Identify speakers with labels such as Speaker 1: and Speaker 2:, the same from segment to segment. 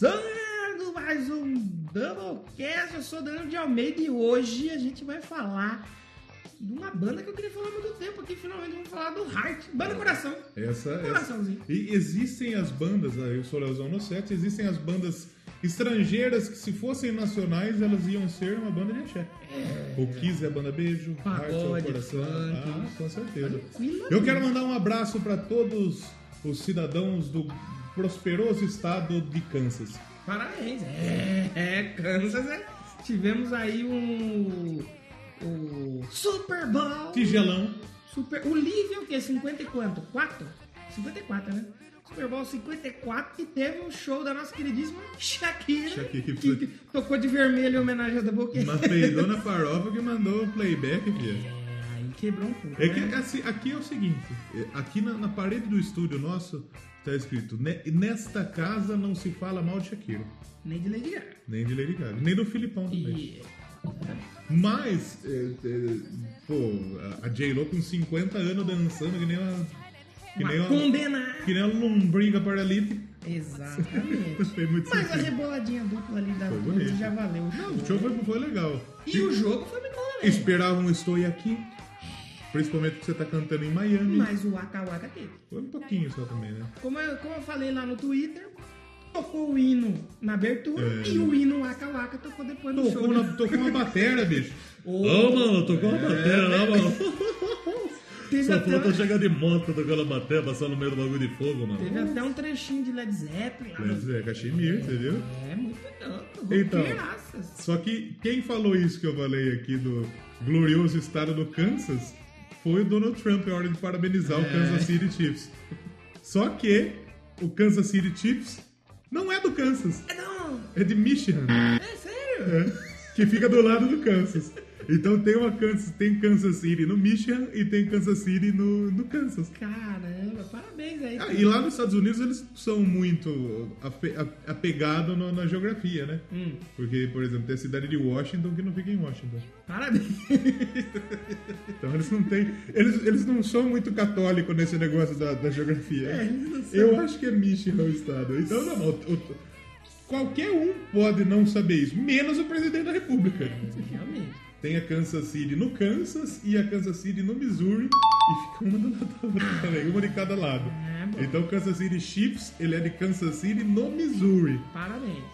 Speaker 1: Começando mais um Doublecast, eu sou o Daniel de Almeida e hoje a gente vai falar de uma banda que eu queria falar há muito tempo aqui, finalmente vamos falar do Heart, Banda Coração,
Speaker 2: Essa, essa.
Speaker 1: Coraçãozinho.
Speaker 2: E existem as bandas, ah, eu sou Leozão no set, existem as bandas estrangeiras que se fossem nacionais, elas iam ser uma banda de axé. O Kiss é a banda Beijo, Heart é o
Speaker 1: Pagode,
Speaker 2: Coração,
Speaker 1: funk.
Speaker 2: ah, com certeza.
Speaker 1: Tranquilo.
Speaker 2: Eu quero mandar um abraço para todos os cidadãos do prosperoso estado de Kansas.
Speaker 1: Parabéns, é, é Kansas, é. Tivemos aí um, o Super Bowl.
Speaker 2: Tigelão,
Speaker 1: Super, o livro é o quê? 50 e quanto? 4? 54, né? Super Bowl 54 e teve um show da nossa queridíssima Shakira,
Speaker 2: Shakira,
Speaker 1: que,
Speaker 2: que
Speaker 1: que tocou de vermelho em homenagem a Doublecast.
Speaker 2: uma peidona farofa que mandou o playback, filho.
Speaker 1: É, Aí quebrou um pouco,
Speaker 2: É que
Speaker 1: né?
Speaker 2: assim, aqui é o seguinte, é, aqui na, na parede do estúdio nosso tá escrito "Ne- Nesta casa não se fala mal de Shakira,
Speaker 1: Nem de Lady Gaga.
Speaker 2: nem de Lady Gaga, nem do Filipão
Speaker 1: E...
Speaker 2: também. Mas, é, é, pô, a a J-Lo com 50 anos dançando que nem uma... Que nem
Speaker 1: Uma
Speaker 2: uma,
Speaker 1: condenada.
Speaker 2: que nem uma lombriga paralítica.
Speaker 1: Exatamente.
Speaker 2: Foi muito
Speaker 1: Mas a
Speaker 2: sentido.
Speaker 1: reboladinha dupla ali da
Speaker 2: Foi
Speaker 1: dupla
Speaker 2: bonito.
Speaker 1: já valeu o show.
Speaker 2: O show foi, foi legal.
Speaker 1: E o jogo foi muito bom, né?
Speaker 2: Esperavam Estou Aqui, principalmente porque você tá cantando em Miami.
Speaker 1: Mas o Waka Waka teve.
Speaker 2: Foi um pouquinho só também, né?
Speaker 1: Como eu, como eu falei lá no Twitter, tocou o hino na abertura
Speaker 2: É.
Speaker 1: e o hino Waka Waka tocou depois no
Speaker 2: Tocou,
Speaker 1: show. né?
Speaker 2: na, tocou uma batera, bicho.
Speaker 1: Ô,
Speaker 3: mano, tocou uma batera lá, mano.
Speaker 1: É. Teve
Speaker 3: Só
Speaker 1: até, um,
Speaker 3: falta chegar de moto tocando a batera, passar no meio do bagulho de fogo, mano.
Speaker 1: teve até um trechinho de Led Zeppelin. lá no-
Speaker 2: Mas é Cachemir, entendeu?
Speaker 1: É, muito louco.
Speaker 2: Então.
Speaker 1: roqueiraças.
Speaker 2: Só que quem falou isso que eu falei aqui do glorioso estado do Kansas foi o Donald Trump em hora de parabenizar
Speaker 1: É.
Speaker 2: o Kansas City Chiefs. Só que o Kansas City Chiefs não é do Kansas,
Speaker 1: É, não,
Speaker 2: é de Michigan,
Speaker 1: é sério?
Speaker 2: é, que fica do lado do Kansas. Então tem uma Kansas, tem Kansas City no Michigan e tem Kansas City no, no Kansas.
Speaker 1: Caramba, parabéns aí.
Speaker 2: Ah, e lá nos Estados Unidos eles são muito ape- a- apegados no- na geografia, né?
Speaker 1: Hum.
Speaker 2: Porque, por exemplo, tem a cidade de Washington que não fica em Washington.
Speaker 1: Parabéns.
Speaker 2: Então eles não têm. Eles, eles não são muito católicos nesse negócio da, da geografia.
Speaker 1: É, eles não são.
Speaker 2: Eu acho que é Michigan o estado. Então, não, o- o- qualquer um pode não saber isso, menos o presidente da república.
Speaker 1: Realmente.
Speaker 2: Tem a Kansas City no Kansas e a Kansas City no Missouri. E fica uma do lado da outra também, uma de cada lado.
Speaker 1: É, bom.
Speaker 2: Então, Kansas City Chiefs, ele é de Kansas City no Missouri.
Speaker 1: Parabéns.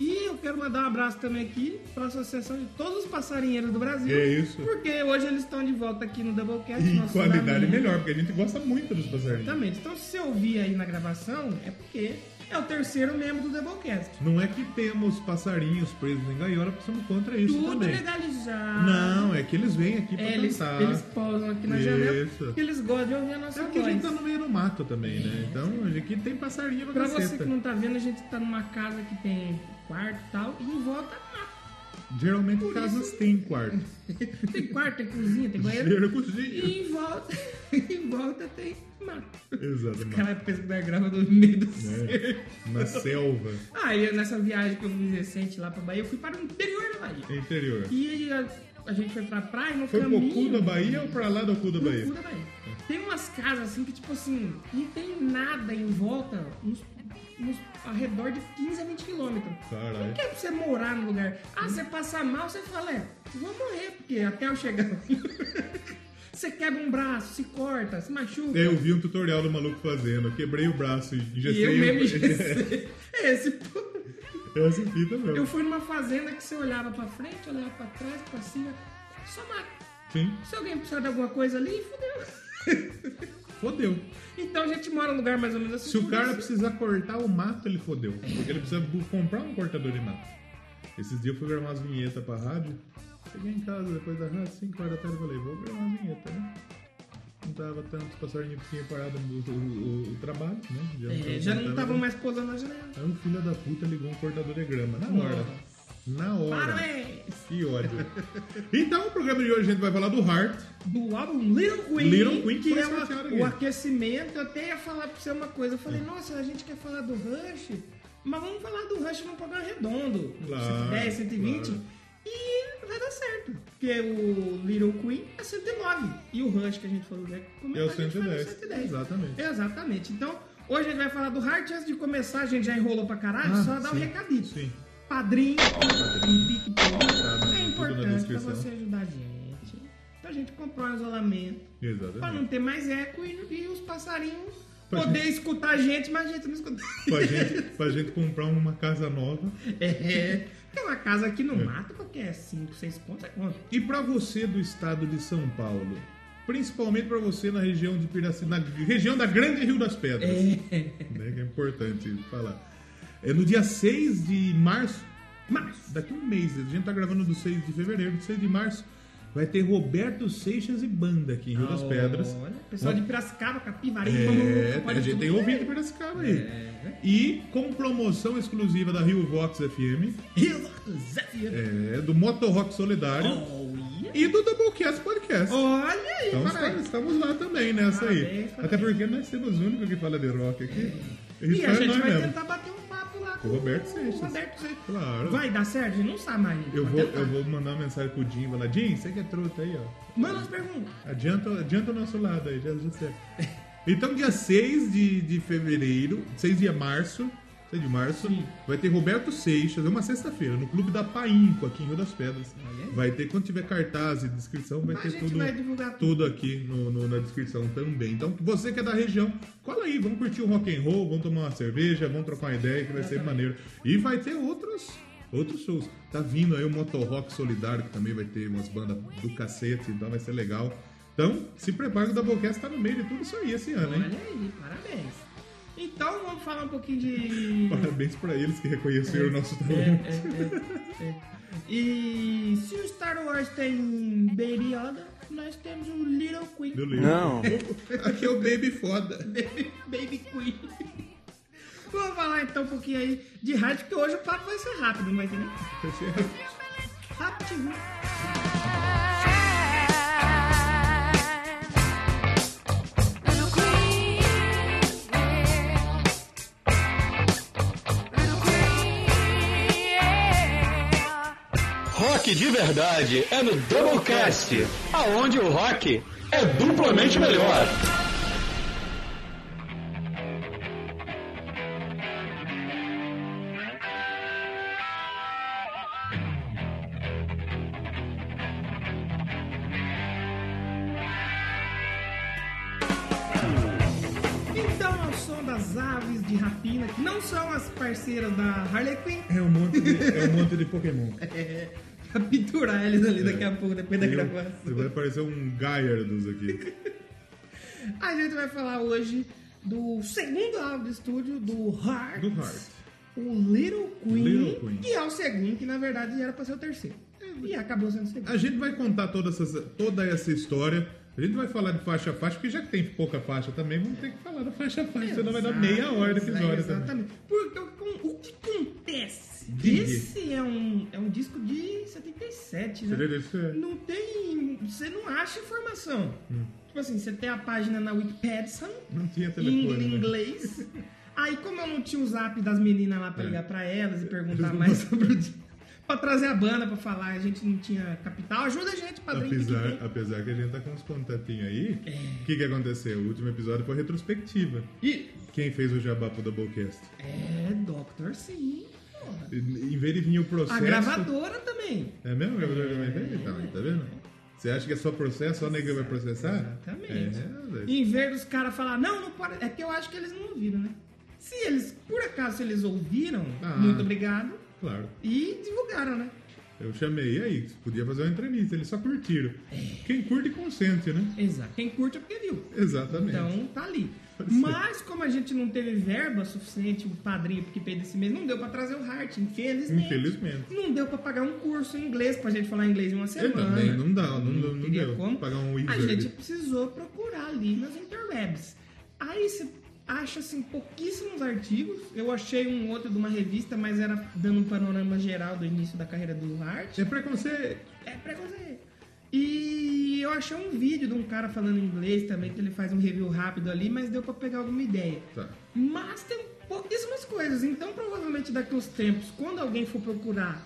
Speaker 1: E eu quero mandar um abraço também aqui para a Associação de Todos os Passarinheiros do Brasil.
Speaker 2: É isso.
Speaker 1: Porque hoje eles estão de volta aqui no Doublecast.
Speaker 2: E
Speaker 1: nosso
Speaker 2: qualidade
Speaker 1: cidadão.
Speaker 2: melhor, porque a gente gosta muito dos passarinhos.
Speaker 1: Exatamente. Então, se você ouvir aí na gravação, é porque é o terceiro membro do Doublecast.
Speaker 2: Não é que temos passarinhos presos em gaiola, porque somos contra isso
Speaker 1: Tudo
Speaker 2: também.
Speaker 1: legalizado.
Speaker 2: Não, é que eles vêm aqui pra
Speaker 1: É, eles,
Speaker 2: cantar.
Speaker 1: eles posam aqui na janela
Speaker 2: Isso.
Speaker 1: porque eles gostam de ouvir a nossa
Speaker 2: É que a gente tá
Speaker 1: voz.
Speaker 2: no meio do mato também, né? Então aqui tem passarinho pra
Speaker 1: Pra você
Speaker 2: caceta.
Speaker 1: que não tá vendo, a gente tá numa casa que tem quarto e tal, e em volta é mato.
Speaker 2: Geralmente casas têm quarto.
Speaker 1: tem quarto, tem cozinha, tem banheiro.
Speaker 2: Cheiro cozinha.
Speaker 1: E em volta, em volta tem mato.
Speaker 2: Exato,
Speaker 1: O
Speaker 2: mano.
Speaker 1: cara pensa que grava do meio do cerco.
Speaker 2: É, na selva.
Speaker 1: Ah, e eu- nessa viagem que eu fiz recente lá pra Bahia, eu fui para o interior da Bahia.
Speaker 2: É interior.
Speaker 1: E a, a gente foi pra praia no
Speaker 2: Foi pro
Speaker 1: caminho.
Speaker 2: cu da Bahia ou pra lá do cu da
Speaker 1: pro cu
Speaker 2: Bahia?
Speaker 1: da Bahia. Tem umas casas assim que, tipo assim, não tem nada em volta, uns, uns ao redor de 15 a 20 quilômetros. Não
Speaker 2: Caralho.
Speaker 1: quer pra você morar no lugar. Ah, você passa mal, você fala, é, vou morrer, porque até eu chegar. você quebra um braço, se corta, se machuca.
Speaker 2: É, eu vi um tutorial do maluco fazendo. eu Quebrei o braço e
Speaker 1: E
Speaker 2: engessei.
Speaker 1: eu
Speaker 2: o-
Speaker 1: mesmo engessei. Esse pô-
Speaker 2: Essa fita mesmo.
Speaker 1: Eu fui numa fazenda que você olhava pra frente, olhava pra trás, pra cima, só mata.
Speaker 2: Sim.
Speaker 1: Se alguém precisar de alguma coisa ali, fodeu.
Speaker 2: Fodeu.
Speaker 1: então a gente mora num lugar mais ou menos assim.
Speaker 2: Se o
Speaker 1: por
Speaker 2: cara
Speaker 1: isso-
Speaker 2: precisar cortar o mato, ele fodeu. Porque ele precisa bu- comprar um cortador de mato. Esses dias eu fui gravar umas vinhetas pra rádio. Cheguei em casa depois da rádio, 5 horas da tarde, falei, vou gravar uma vinheta, né? Não tava tanto passarinho que tinha parado o, o- o- o trabalho, né?
Speaker 1: É, já não tava
Speaker 2: dando.
Speaker 1: mais posando na janela.
Speaker 2: Aí um filho da puta ligou um cortador de grama. Na hora. Na hora.
Speaker 1: né? Parabéns!
Speaker 2: Que ódio. então, o programa de hoje a gente vai falar do Heart.
Speaker 1: Do álbum Little Queen,
Speaker 2: Little Queen
Speaker 1: que
Speaker 2: foi
Speaker 1: é uma-
Speaker 2: sorteado aqui.
Speaker 1: o aquecimento. Eu até ia falar pra você uma coisa. Eu falei, nossa, a gente quer falar do Rush, mas vamos falar do Rush num programa redondo.
Speaker 2: Claro,
Speaker 1: 110, 120.
Speaker 2: claro.
Speaker 1: E vai dar certo. Porque o Little Queen é 109. E o Rush que a gente falou, né?
Speaker 2: É o
Speaker 1: comentar, a gente fala
Speaker 2: 110.
Speaker 1: 110.
Speaker 2: Exatamente.
Speaker 1: Exatamente. Então, Hoje a gente vai falar do Heart. Antes de começar, a gente já enrolou pra caralho,
Speaker 2: Ah,
Speaker 1: só dá um
Speaker 2: sim,
Speaker 1: recadinho.
Speaker 2: Sim.
Speaker 1: Padrinho,
Speaker 2: Padrinho.
Speaker 1: PicPay.
Speaker 2: Tá
Speaker 1: É
Speaker 2: no- tudo na
Speaker 1: importante pra
Speaker 2: descrição.
Speaker 1: você ajudar a gente. Pra gente comprar um isolamento. Pra não
Speaker 2: Exatamente.
Speaker 1: ter mais eco e, e os passarinhos
Speaker 2: Pra
Speaker 1: poder escutar a gente, mas a gente não escuta.
Speaker 2: Pra gente, pra gente comprar uma casa nova.
Speaker 1: É. Tem uma casa aqui no
Speaker 2: É.
Speaker 1: mato, qualquer 5, 6 pontos é quanto?
Speaker 2: E pra você do estado de São Paulo. Principalmente pra você na região de Piracicaba, na região da Grande Rio das Pedras. Né, que é importante falar. É no dia 6 de março, março, daqui a um mês, a gente tá gravando do 6 de fevereiro, do 6 de março, vai ter Roberto Seixas e Banda aqui
Speaker 1: Ah,
Speaker 2: em Rio das Pedras.
Speaker 1: Olha, pessoal de Piracicaba, Capivari,
Speaker 2: É,
Speaker 1: Pamuca,
Speaker 2: a gente tem
Speaker 1: tudo. É, né?
Speaker 2: ouvido de Piracicaba aí. E com promoção exclusiva da Rio Vox FM,
Speaker 1: Rio Zafira.
Speaker 2: é, do Motor Rock Solidário
Speaker 1: Oh. Olha.
Speaker 2: e do Doublecast Podcast.
Speaker 1: Olha aí,
Speaker 2: Então está-
Speaker 1: caralho.
Speaker 2: estamos lá também nessa aí.
Speaker 1: Oh, Parabéns, parabéns.
Speaker 2: Até porque nós temos o único que fala de rock aqui. Isso
Speaker 1: E a
Speaker 2: é
Speaker 1: gente
Speaker 2: nós
Speaker 1: vai
Speaker 2: mesmo.
Speaker 1: tentar bater um papo lá
Speaker 2: Com o Roberto Seixas.
Speaker 1: O Roberto Seixas.
Speaker 2: Claro.
Speaker 1: Vai dar certo? A gente não sabe mais. ainda.
Speaker 2: Eu
Speaker 1: Vai
Speaker 2: vou,
Speaker 1: tentar.
Speaker 2: eu vou mandar uma mensagem pro Jim e falar, Jim, você que é truta aí, ó.
Speaker 1: Manda as perguntas.
Speaker 2: Adianta, adianta o nosso lado aí, já, já sei. Então, dia 6 de, de fevereiro, 6 de março, 6 de março, vai ter Roberto Seixas, é uma sexta-feira, no Clube da Painco, aqui em Rio das Pedras.
Speaker 1: Olha aí.
Speaker 2: Vai ter, quando tiver cartaz e descrição, vai
Speaker 1: A
Speaker 2: ter
Speaker 1: gente
Speaker 2: tudo,
Speaker 1: vai divulgar tudo.
Speaker 2: tudo aqui no- no- na descrição também. Então, você que é da região, cola aí, vamos curtir um rock and roll, vamos tomar uma cerveja, vamos trocar uma ideia, que vai ser maneiro. E vai ter outros, outros shows. Tá vindo aí o Motor Rock Solidário, que também vai ter umas bandas do cacete, então vai ser legal. Então, se prepara que o Doublecast tá no meio de tudo isso aí esse ano, hein?
Speaker 1: Olha aí, né? parabéns. Então vamos falar um pouquinho de.
Speaker 2: Parabéns pra eles que reconheceram o nosso
Speaker 1: É,
Speaker 2: talento.
Speaker 1: é, é, é. E se o Star Wars tem Berioda, nós temos o Little Queen.
Speaker 2: Do livro.
Speaker 4: Não.
Speaker 2: Aqui é o Baby Foda.
Speaker 1: Baby Queen. Vamos falar então um pouquinho aí de rádio, porque hoje o papo vai ser rápido, não vai ter nem. Rapidinho.
Speaker 5: Little queen, yeah. Little queen, yeah.
Speaker 6: Rock de verdade é no Doublecast, aonde o rock é duplamente melhor.
Speaker 1: Então, ao som das aves de rapina, que não são as parceiras da Harley Quinn,
Speaker 2: É um monte de, é um monte de Pokémon.
Speaker 1: pra pendurar eles ali daqui a pouco, depois da
Speaker 2: Tem um-
Speaker 1: gravação.
Speaker 2: Vai aparecer um Gyarados aqui.
Speaker 1: A gente vai falar hoje do segundo álbum do estúdio do Heart,
Speaker 2: Do Heart.
Speaker 1: o Little Queen,
Speaker 2: Little Queen.
Speaker 1: que é o segundo, que na verdade era pra ser o terceiro. E acabou sendo o segundo.
Speaker 2: A gente vai contar toda essa, toda essa história. A gente vai falar de faixa a faixa, porque já que tem pouca faixa também, vamos ter que falar da faixa a faixa, senão vai dar meia hora de episódio também.
Speaker 1: Exatamente. Porque o que- o que acontece?
Speaker 2: Diga.
Speaker 1: Esse é um, é um disco de 77, né?
Speaker 2: 77.
Speaker 1: Não tem. Você não acha informação.
Speaker 2: Hum.
Speaker 1: Tipo assim, você tem a página na Wikipedia.
Speaker 2: Não tinha
Speaker 1: em
Speaker 2: telefone. né?
Speaker 1: inglês. Aí, como eu não tinha o zap das meninas lá pra
Speaker 2: É.
Speaker 1: ligar pra elas e perguntar
Speaker 2: não
Speaker 1: mais sobre o dia, pra trazer a banda pra falar, a gente não tinha capital, ajuda a gente, padrinho. que
Speaker 2: Apesar,
Speaker 1: tem.
Speaker 2: apesar que a gente tá com uns contatinhos aí,
Speaker 1: É.
Speaker 2: o que, que aconteceu? O último episódio foi retrospectiva. E quem fez o jabá pro Doublecast?
Speaker 1: É, Doctor, sim. porra.
Speaker 2: E- Em vez de vir o
Speaker 1: A
Speaker 2: processo.
Speaker 1: gravadora também.
Speaker 2: É mesmo? Gravador também tem? Então, aí, tá vendo? Você acha que é só processo, só negão vai processar?
Speaker 1: Exatamente.
Speaker 2: É, velho.
Speaker 1: Em vez dos caras falar, não, não pode. É que eu acho que eles não ouviram, né? Se eles, por acaso, se eles ouviram,
Speaker 2: Ah.
Speaker 1: muito obrigado.
Speaker 2: claro.
Speaker 1: E divulgaram, né?
Speaker 2: Eu chamei, e aí? Podia fazer uma entrevista, eles só curtiram. Quem curte, consente, né?
Speaker 1: Exato. Quem curte é porque viu.
Speaker 2: Exatamente.
Speaker 1: Então tá ali.
Speaker 2: Pode ser.
Speaker 1: Mas como a gente não teve verba suficiente, o padrinho porque PicPay desse mês, não deu pra trazer o Hart, infelizmente.
Speaker 2: Infelizmente.
Speaker 1: Não deu pra pagar um curso em inglês pra gente falar inglês em uma
Speaker 2: Eu
Speaker 1: semana.
Speaker 2: também, não dá, não, não, não
Speaker 1: teria
Speaker 2: deu.
Speaker 1: como.
Speaker 2: Pagar um
Speaker 1: A
Speaker 2: wizard.
Speaker 1: gente precisou procurar ali nas interwebs. Aí você acha assim pouquíssimos artigos. Eu achei um outro de uma revista, mas era dando um panorama geral do início da carreira do Hart.
Speaker 2: É preconceito.
Speaker 1: É preconceito. E eu achei um vídeo de um cara falando inglês também, que ele faz um review rápido ali, mas deu pra pegar alguma ideia.
Speaker 2: Tá.
Speaker 1: Mas tem um pouquíssimas coisas, então provavelmente daqui uns tempos, quando alguém for procurar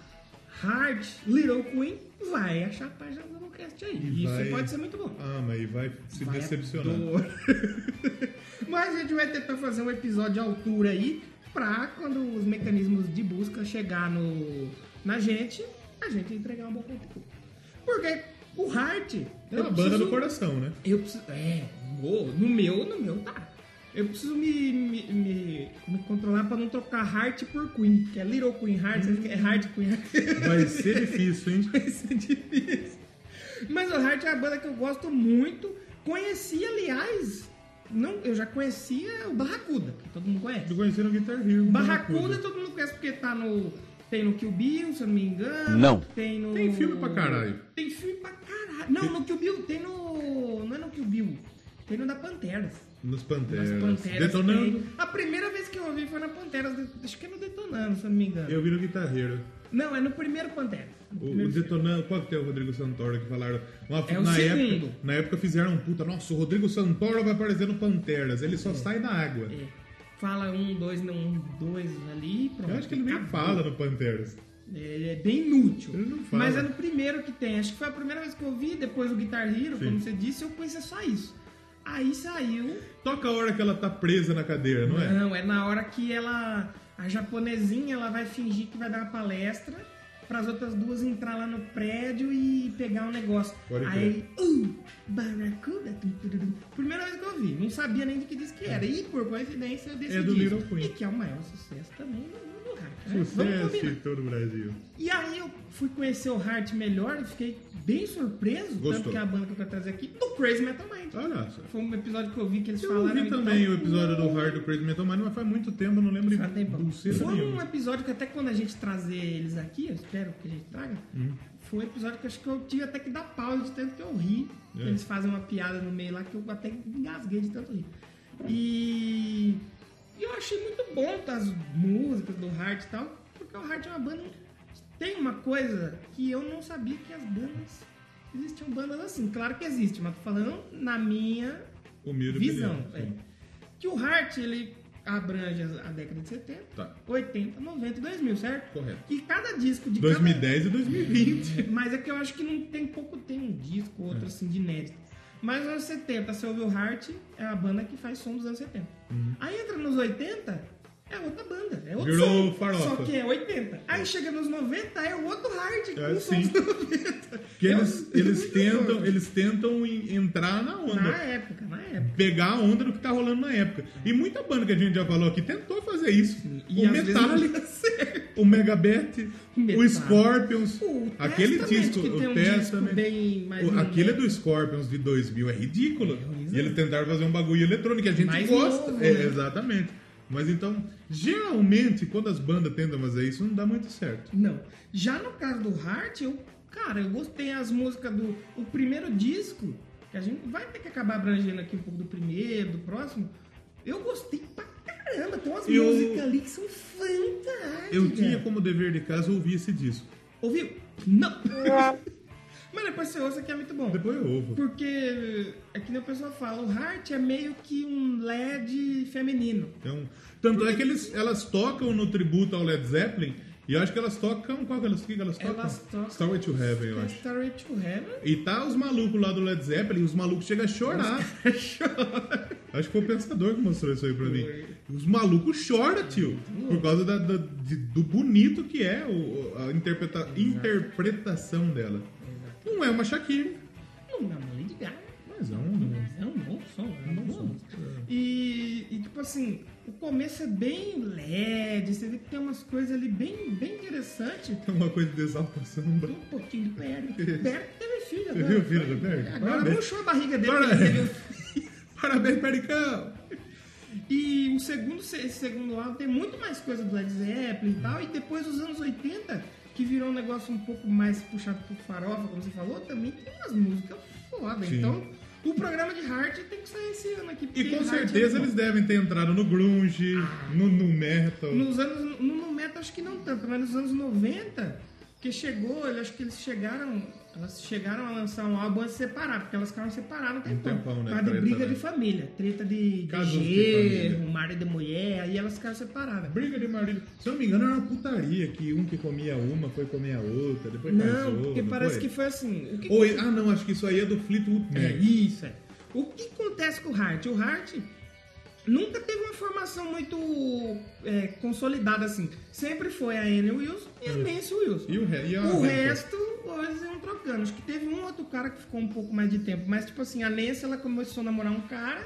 Speaker 1: Hard Little Queen, vai achar a página do Doublecast aí.
Speaker 2: E
Speaker 1: Isso
Speaker 2: vai-
Speaker 1: pode ser muito bom.
Speaker 2: Ah, mas aí vai se
Speaker 1: Vai
Speaker 2: decepcionar.
Speaker 1: adorar. Mas a gente vai tentar fazer um episódio de altura aí, pra quando os mecanismos de busca chegar no, na gente, a gente entregar um bom conteúdo. Porque o Heart.
Speaker 2: É a banda do coração, né?
Speaker 1: Eu preciso. É, vou. No meu, no meu tá. Eu preciso me, me, me- me controlar pra não trocar Heart por Queen, que é Little Queen Heart, sabe que é Heart Queen Heart.
Speaker 2: Vai ser difícil, hein?
Speaker 1: Vai ser difícil. Mas o Heart é uma banda que eu gosto muito. Conheci, aliás, não, eu já conhecia o Barracuda, que todo mundo conhece.
Speaker 2: Eu conheci no Guitar Hero. no
Speaker 1: Barracuda todo mundo conhece porque tá no. Tem no Kill Bill, se eu não me engano.
Speaker 6: Não.
Speaker 1: Tem no.
Speaker 2: Tem filme pra caralho.
Speaker 1: Tem filme pra caralho. Não, no Kill Bill tem no. Não é no Kill Bill. Tem no da Panteras.
Speaker 2: Nos
Speaker 1: Das
Speaker 2: Panteras.
Speaker 1: Panteras.
Speaker 2: É, né? Detonando.
Speaker 1: tem. A primeira vez que eu ouvi foi na Panteras. de- Acho que é no Detonando, se eu não me engano.
Speaker 2: Eu vi no Guitar Hero.
Speaker 1: Não, é no primeiro Panteras. No
Speaker 2: O, o
Speaker 1: primeiro filme.
Speaker 2: Detonando, qual que tem o Rodrigo Santoro que falaram? Uma-
Speaker 1: É o
Speaker 2: na
Speaker 1: segundo.
Speaker 2: época, na época fizeram um puta, nossa, o Rodrigo Santoro vai aparecer no Panteras, ele só sai da água.
Speaker 1: É. Fala um, dois, não, um, dois ali. Pronto.
Speaker 2: Eu acho que ele nem
Speaker 1: acabou.
Speaker 2: fala no Panteras.
Speaker 1: Ele é bem inútil.
Speaker 2: Ele não fala.
Speaker 1: Mas é no primeiro que tem. Acho que foi a primeira vez que eu vi, depois o Guitar Hero,
Speaker 2: Sim.
Speaker 1: como você disse, eu conhecia só isso. Aí saiu.
Speaker 2: Toca a hora que ela tá presa na cadeira, não é?
Speaker 1: Não, é na hora que ela. A japonesinha ela vai fingir que vai dar uma palestra para as outras duas entrar lá no prédio e pegar um negócio.
Speaker 2: Pode
Speaker 1: Aí ele. Uh, Barracuda. tum, tururum." Primeira vez que eu vi, não sabia nem do que disse que era. E por coincidência eu decidi.
Speaker 2: É. do Little Queen.
Speaker 1: E que é o maior sucesso também do mundo hack. né? Vamos
Speaker 2: Sucesso
Speaker 1: combinar.
Speaker 2: em todo o Brasil.
Speaker 1: E aí eu fui conhecer o Heart melhor e fiquei bem surpreso, tanto
Speaker 2: Gostou.
Speaker 1: que é a banda que eu quero trazer aqui, do Crazy Metal Mind.
Speaker 2: Olha só.
Speaker 1: Foi um episódio que eu vi que eles
Speaker 2: Eu
Speaker 1: falaram.
Speaker 2: ouvi
Speaker 1: então,
Speaker 2: também o episódio do Hard do Crazy Metal Mind, mas faz muito tempo, eu não lembro
Speaker 1: faz
Speaker 2: de né?
Speaker 1: tempo.
Speaker 2: buceta
Speaker 1: Foi um
Speaker 2: nenhuma.
Speaker 1: episódio que até quando a gente trazer eles aqui, eu espero que a gente traga,
Speaker 2: Hum.
Speaker 1: foi um episódio que eu acho que eu tive até que dar pausa de tanto que eu ri.
Speaker 2: É.
Speaker 1: Eles fazem uma piada no meio lá que eu até engasguei de tanto rir. E e eu achei muito bom as músicas do Heart e tal, porque o Heart é uma banda que tem uma coisa que eu não sabia que as bandas existiam bandas assim. Claro que existe, mas tô falando na minha
Speaker 2: Humilde
Speaker 1: visão.
Speaker 2: opinião,
Speaker 1: é.
Speaker 2: sim.
Speaker 1: Que o Hart, ele abrange a década de 70,
Speaker 2: Tá.
Speaker 1: 80, 90 e 2000, certo?
Speaker 2: Correto.
Speaker 1: E cada disco de
Speaker 2: 2010 e 2020.
Speaker 1: cada... Mas é que eu acho que não tem pouco, tem um disco ou
Speaker 2: É.
Speaker 1: outro assim de inédito. Mas nos anos 70, se ouve o Hart, é a banda que faz som dos anos 70. Aí entra nos 80... É outra banda, é outro
Speaker 2: Uhum. Virou
Speaker 1: som,
Speaker 2: farofa.
Speaker 1: só que é 80. Aí chega nos 90, é o outro hard, com
Speaker 2: É,
Speaker 1: som dos
Speaker 2: sim.
Speaker 1: 90.
Speaker 2: Que
Speaker 1: É
Speaker 2: eles,
Speaker 1: um-
Speaker 2: eles tentam, eles tentam em- entrar na onda.
Speaker 1: Na época, na época.
Speaker 2: Pegar a onda do que tá rolando na época. E muita banda que a gente já falou aqui tentou fazer isso.
Speaker 1: E
Speaker 2: o
Speaker 1: às vezes não
Speaker 2: Metallica,
Speaker 1: dá certo.
Speaker 2: o Megabeth,
Speaker 1: Metallica.
Speaker 2: o Scorpions,
Speaker 1: O
Speaker 2: aquele
Speaker 1: Testament,
Speaker 2: disco,
Speaker 1: que tem
Speaker 2: o
Speaker 1: um disco
Speaker 2: Testament.
Speaker 1: bem mais um
Speaker 2: o- aquele
Speaker 1: novo.
Speaker 2: do Scorpions de 2000 é ridículo.
Speaker 1: horrível.
Speaker 2: e eles tentaram fazer um bagulho eletrônico que a gente
Speaker 1: Mais
Speaker 2: gosta.
Speaker 1: novo,
Speaker 2: É,
Speaker 1: né?
Speaker 2: Exatamente. Mas então, geralmente, quando as bandas tentam fazer isso, não dá muito certo.
Speaker 1: Não. Já no caso do Heart, eu, cara, eu gostei as músicas do o primeiro disco, que a gente vai ter que acabar abrangendo aqui um pouco do primeiro, do próximo. Eu gostei pra caramba. Tem umas
Speaker 2: Eu-
Speaker 1: músicas ali que são fantásticas.
Speaker 2: Eu tinha como dever de casa ouvir esse disco.
Speaker 1: Ouviu? Não. Mas depois você ouça que é muito bom.
Speaker 2: Depois eu ouvo.
Speaker 1: Porque é que nem o pessoal fala, o Heart é meio que um LED feminino.
Speaker 2: Então, tanto é que eles, elas tocam no tributo ao Led Zeppelin. E eu acho que elas tocam. Qual que elas, que que elas tocam?
Speaker 1: Elas tocam-
Speaker 2: Starway to Heaven, eu acho.
Speaker 1: Starry to Heaven.
Speaker 2: E tá os malucos lá do Led Zeppelin, os malucos chegam a chorar. Acho que foi o pensador que mostrou isso aí pra mim. Os malucos choram, tio. Por causa da- da- de- do bonito que é o- a interpreta- interpretação dela. Não é uma Shakira,
Speaker 1: Não, não, não, Lady Gaga.
Speaker 2: mas é um.
Speaker 1: É um bom som, é um bom som.
Speaker 2: É.
Speaker 1: E, e, tipo assim, o começo é bem LED, você vê que tem umas coisas ali bem, bem interessantes.
Speaker 2: é uma coisa de exaltação.
Speaker 1: Tem um pouquinho do Berg. Berg teve filho
Speaker 2: Você
Speaker 1: agora.
Speaker 2: viu o filho do Berg?
Speaker 1: Agora
Speaker 2: Parabéns.
Speaker 1: murchou a barriga dele.
Speaker 2: Para-
Speaker 1: porque ele teve um filho.
Speaker 2: Parabéns, Pericão!
Speaker 1: E o segundo, esse segundo álbum tem muito mais coisa do Led Zeppelin e tal. E depois dos anos 80, que virou um negócio um pouco mais puxado pro farofa, como você falou, também tem umas músicas foda.
Speaker 2: Sim.
Speaker 1: Então, o programa de Heart tem que sair esse ano aqui.
Speaker 2: E
Speaker 1: porque
Speaker 2: com
Speaker 1: Heart é
Speaker 2: certeza
Speaker 1: muito bom.
Speaker 2: eles devem ter entrado no grunge, no, no metal.
Speaker 1: Nos anos. No, no metal acho que não tanto, mas nos anos 90, que chegou, eu acho que eles chegaram. Elas chegaram a lançar um álbum antes de separar, porque elas ficaram separadas um tempão.
Speaker 2: tempão,
Speaker 1: Por
Speaker 2: né?
Speaker 1: causa de
Speaker 2: Treta,
Speaker 1: briga
Speaker 2: né?
Speaker 1: de família, treta de, de
Speaker 2: Casos de
Speaker 1: gerro,
Speaker 2: família.
Speaker 1: marido e mulher, aí elas ficaram separadas.
Speaker 2: Briga de marido. Se eu não me engano, era uma putaria que um que comia uma foi comer a outra, depois casou.
Speaker 1: Não, porque
Speaker 2: não
Speaker 1: parece
Speaker 2: foi?
Speaker 1: que foi assim. O que
Speaker 2: Ou, ah, não, acho que isso aí é do Fleetwood Mac.
Speaker 1: É, isso, é. O que acontece com o Hart? O Hart, nunca teve uma formação muito é, consolidada assim. Sempre foi a Annie Wilson e a Nancy Wilson.
Speaker 2: E o, re... e a
Speaker 1: O
Speaker 2: Rita?
Speaker 1: resto, eles iam trocando. Acho que teve um outro cara que ficou um pouco mais de tempo. Mas, tipo assim, a Nancy, ela começou a namorar um cara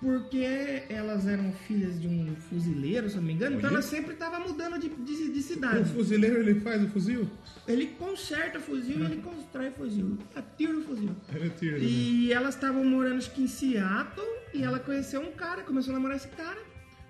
Speaker 1: porque elas eram filhas de um fuzileiro, se eu não me engano. Então,
Speaker 2: Olha.
Speaker 1: ela sempre tava mudando de, de, de
Speaker 2: O
Speaker 1: cidade.
Speaker 2: fuzileiro ele faz o fuzil?
Speaker 1: Ele conserta fuzil, ele constrói fuzil. Atira o fuzil.
Speaker 2: Ele tira. né?
Speaker 1: E elas estavam morando, acho que em Seattle, e ela conheceu um cara, começou a namorar esse cara.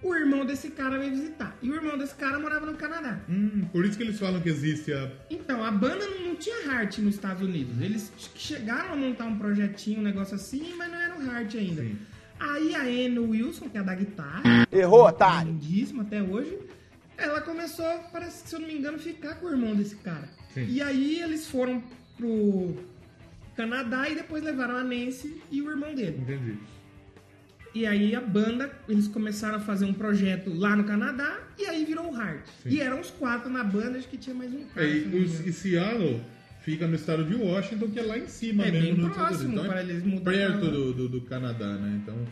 Speaker 1: O irmão desse cara veio visitar. E o irmão desse cara morava no Canadá.
Speaker 2: Hum, por isso que eles falam que existe a.
Speaker 1: Então, a banda não, não tinha Heart nos Estados Unidos. Eles ch- chegaram a montar um projetinho, um negócio assim, mas não era um Heart ainda.
Speaker 2: Sim.
Speaker 1: Aí a Anne Wilson, que é a da guitarra,
Speaker 4: Errou, otário.
Speaker 1: lindíssima até hoje, ela começou, parece que se eu não me engano, ficar com o irmão desse cara.
Speaker 2: Sim.
Speaker 1: E aí eles foram pro Canadá e depois levaram a Nancy e o irmão dele.
Speaker 2: Entendi.
Speaker 1: E aí a banda, eles começaram a fazer um projeto lá no Canadá e aí virou o Heart. E eram os quatro na banda, acho que tinha mais um cara.
Speaker 2: É, e,
Speaker 1: se eu não me
Speaker 2: os-
Speaker 1: engano.
Speaker 2: e Seattle fica no estado de Washington, que é lá em cima
Speaker 1: É,
Speaker 2: mesmo.
Speaker 1: bem
Speaker 2: nos Estados
Speaker 1: próximo,
Speaker 2: Unidos. Então
Speaker 1: para eles mudarem
Speaker 2: perto
Speaker 1: pra lá.
Speaker 2: do, do, do Canadá, né? Então.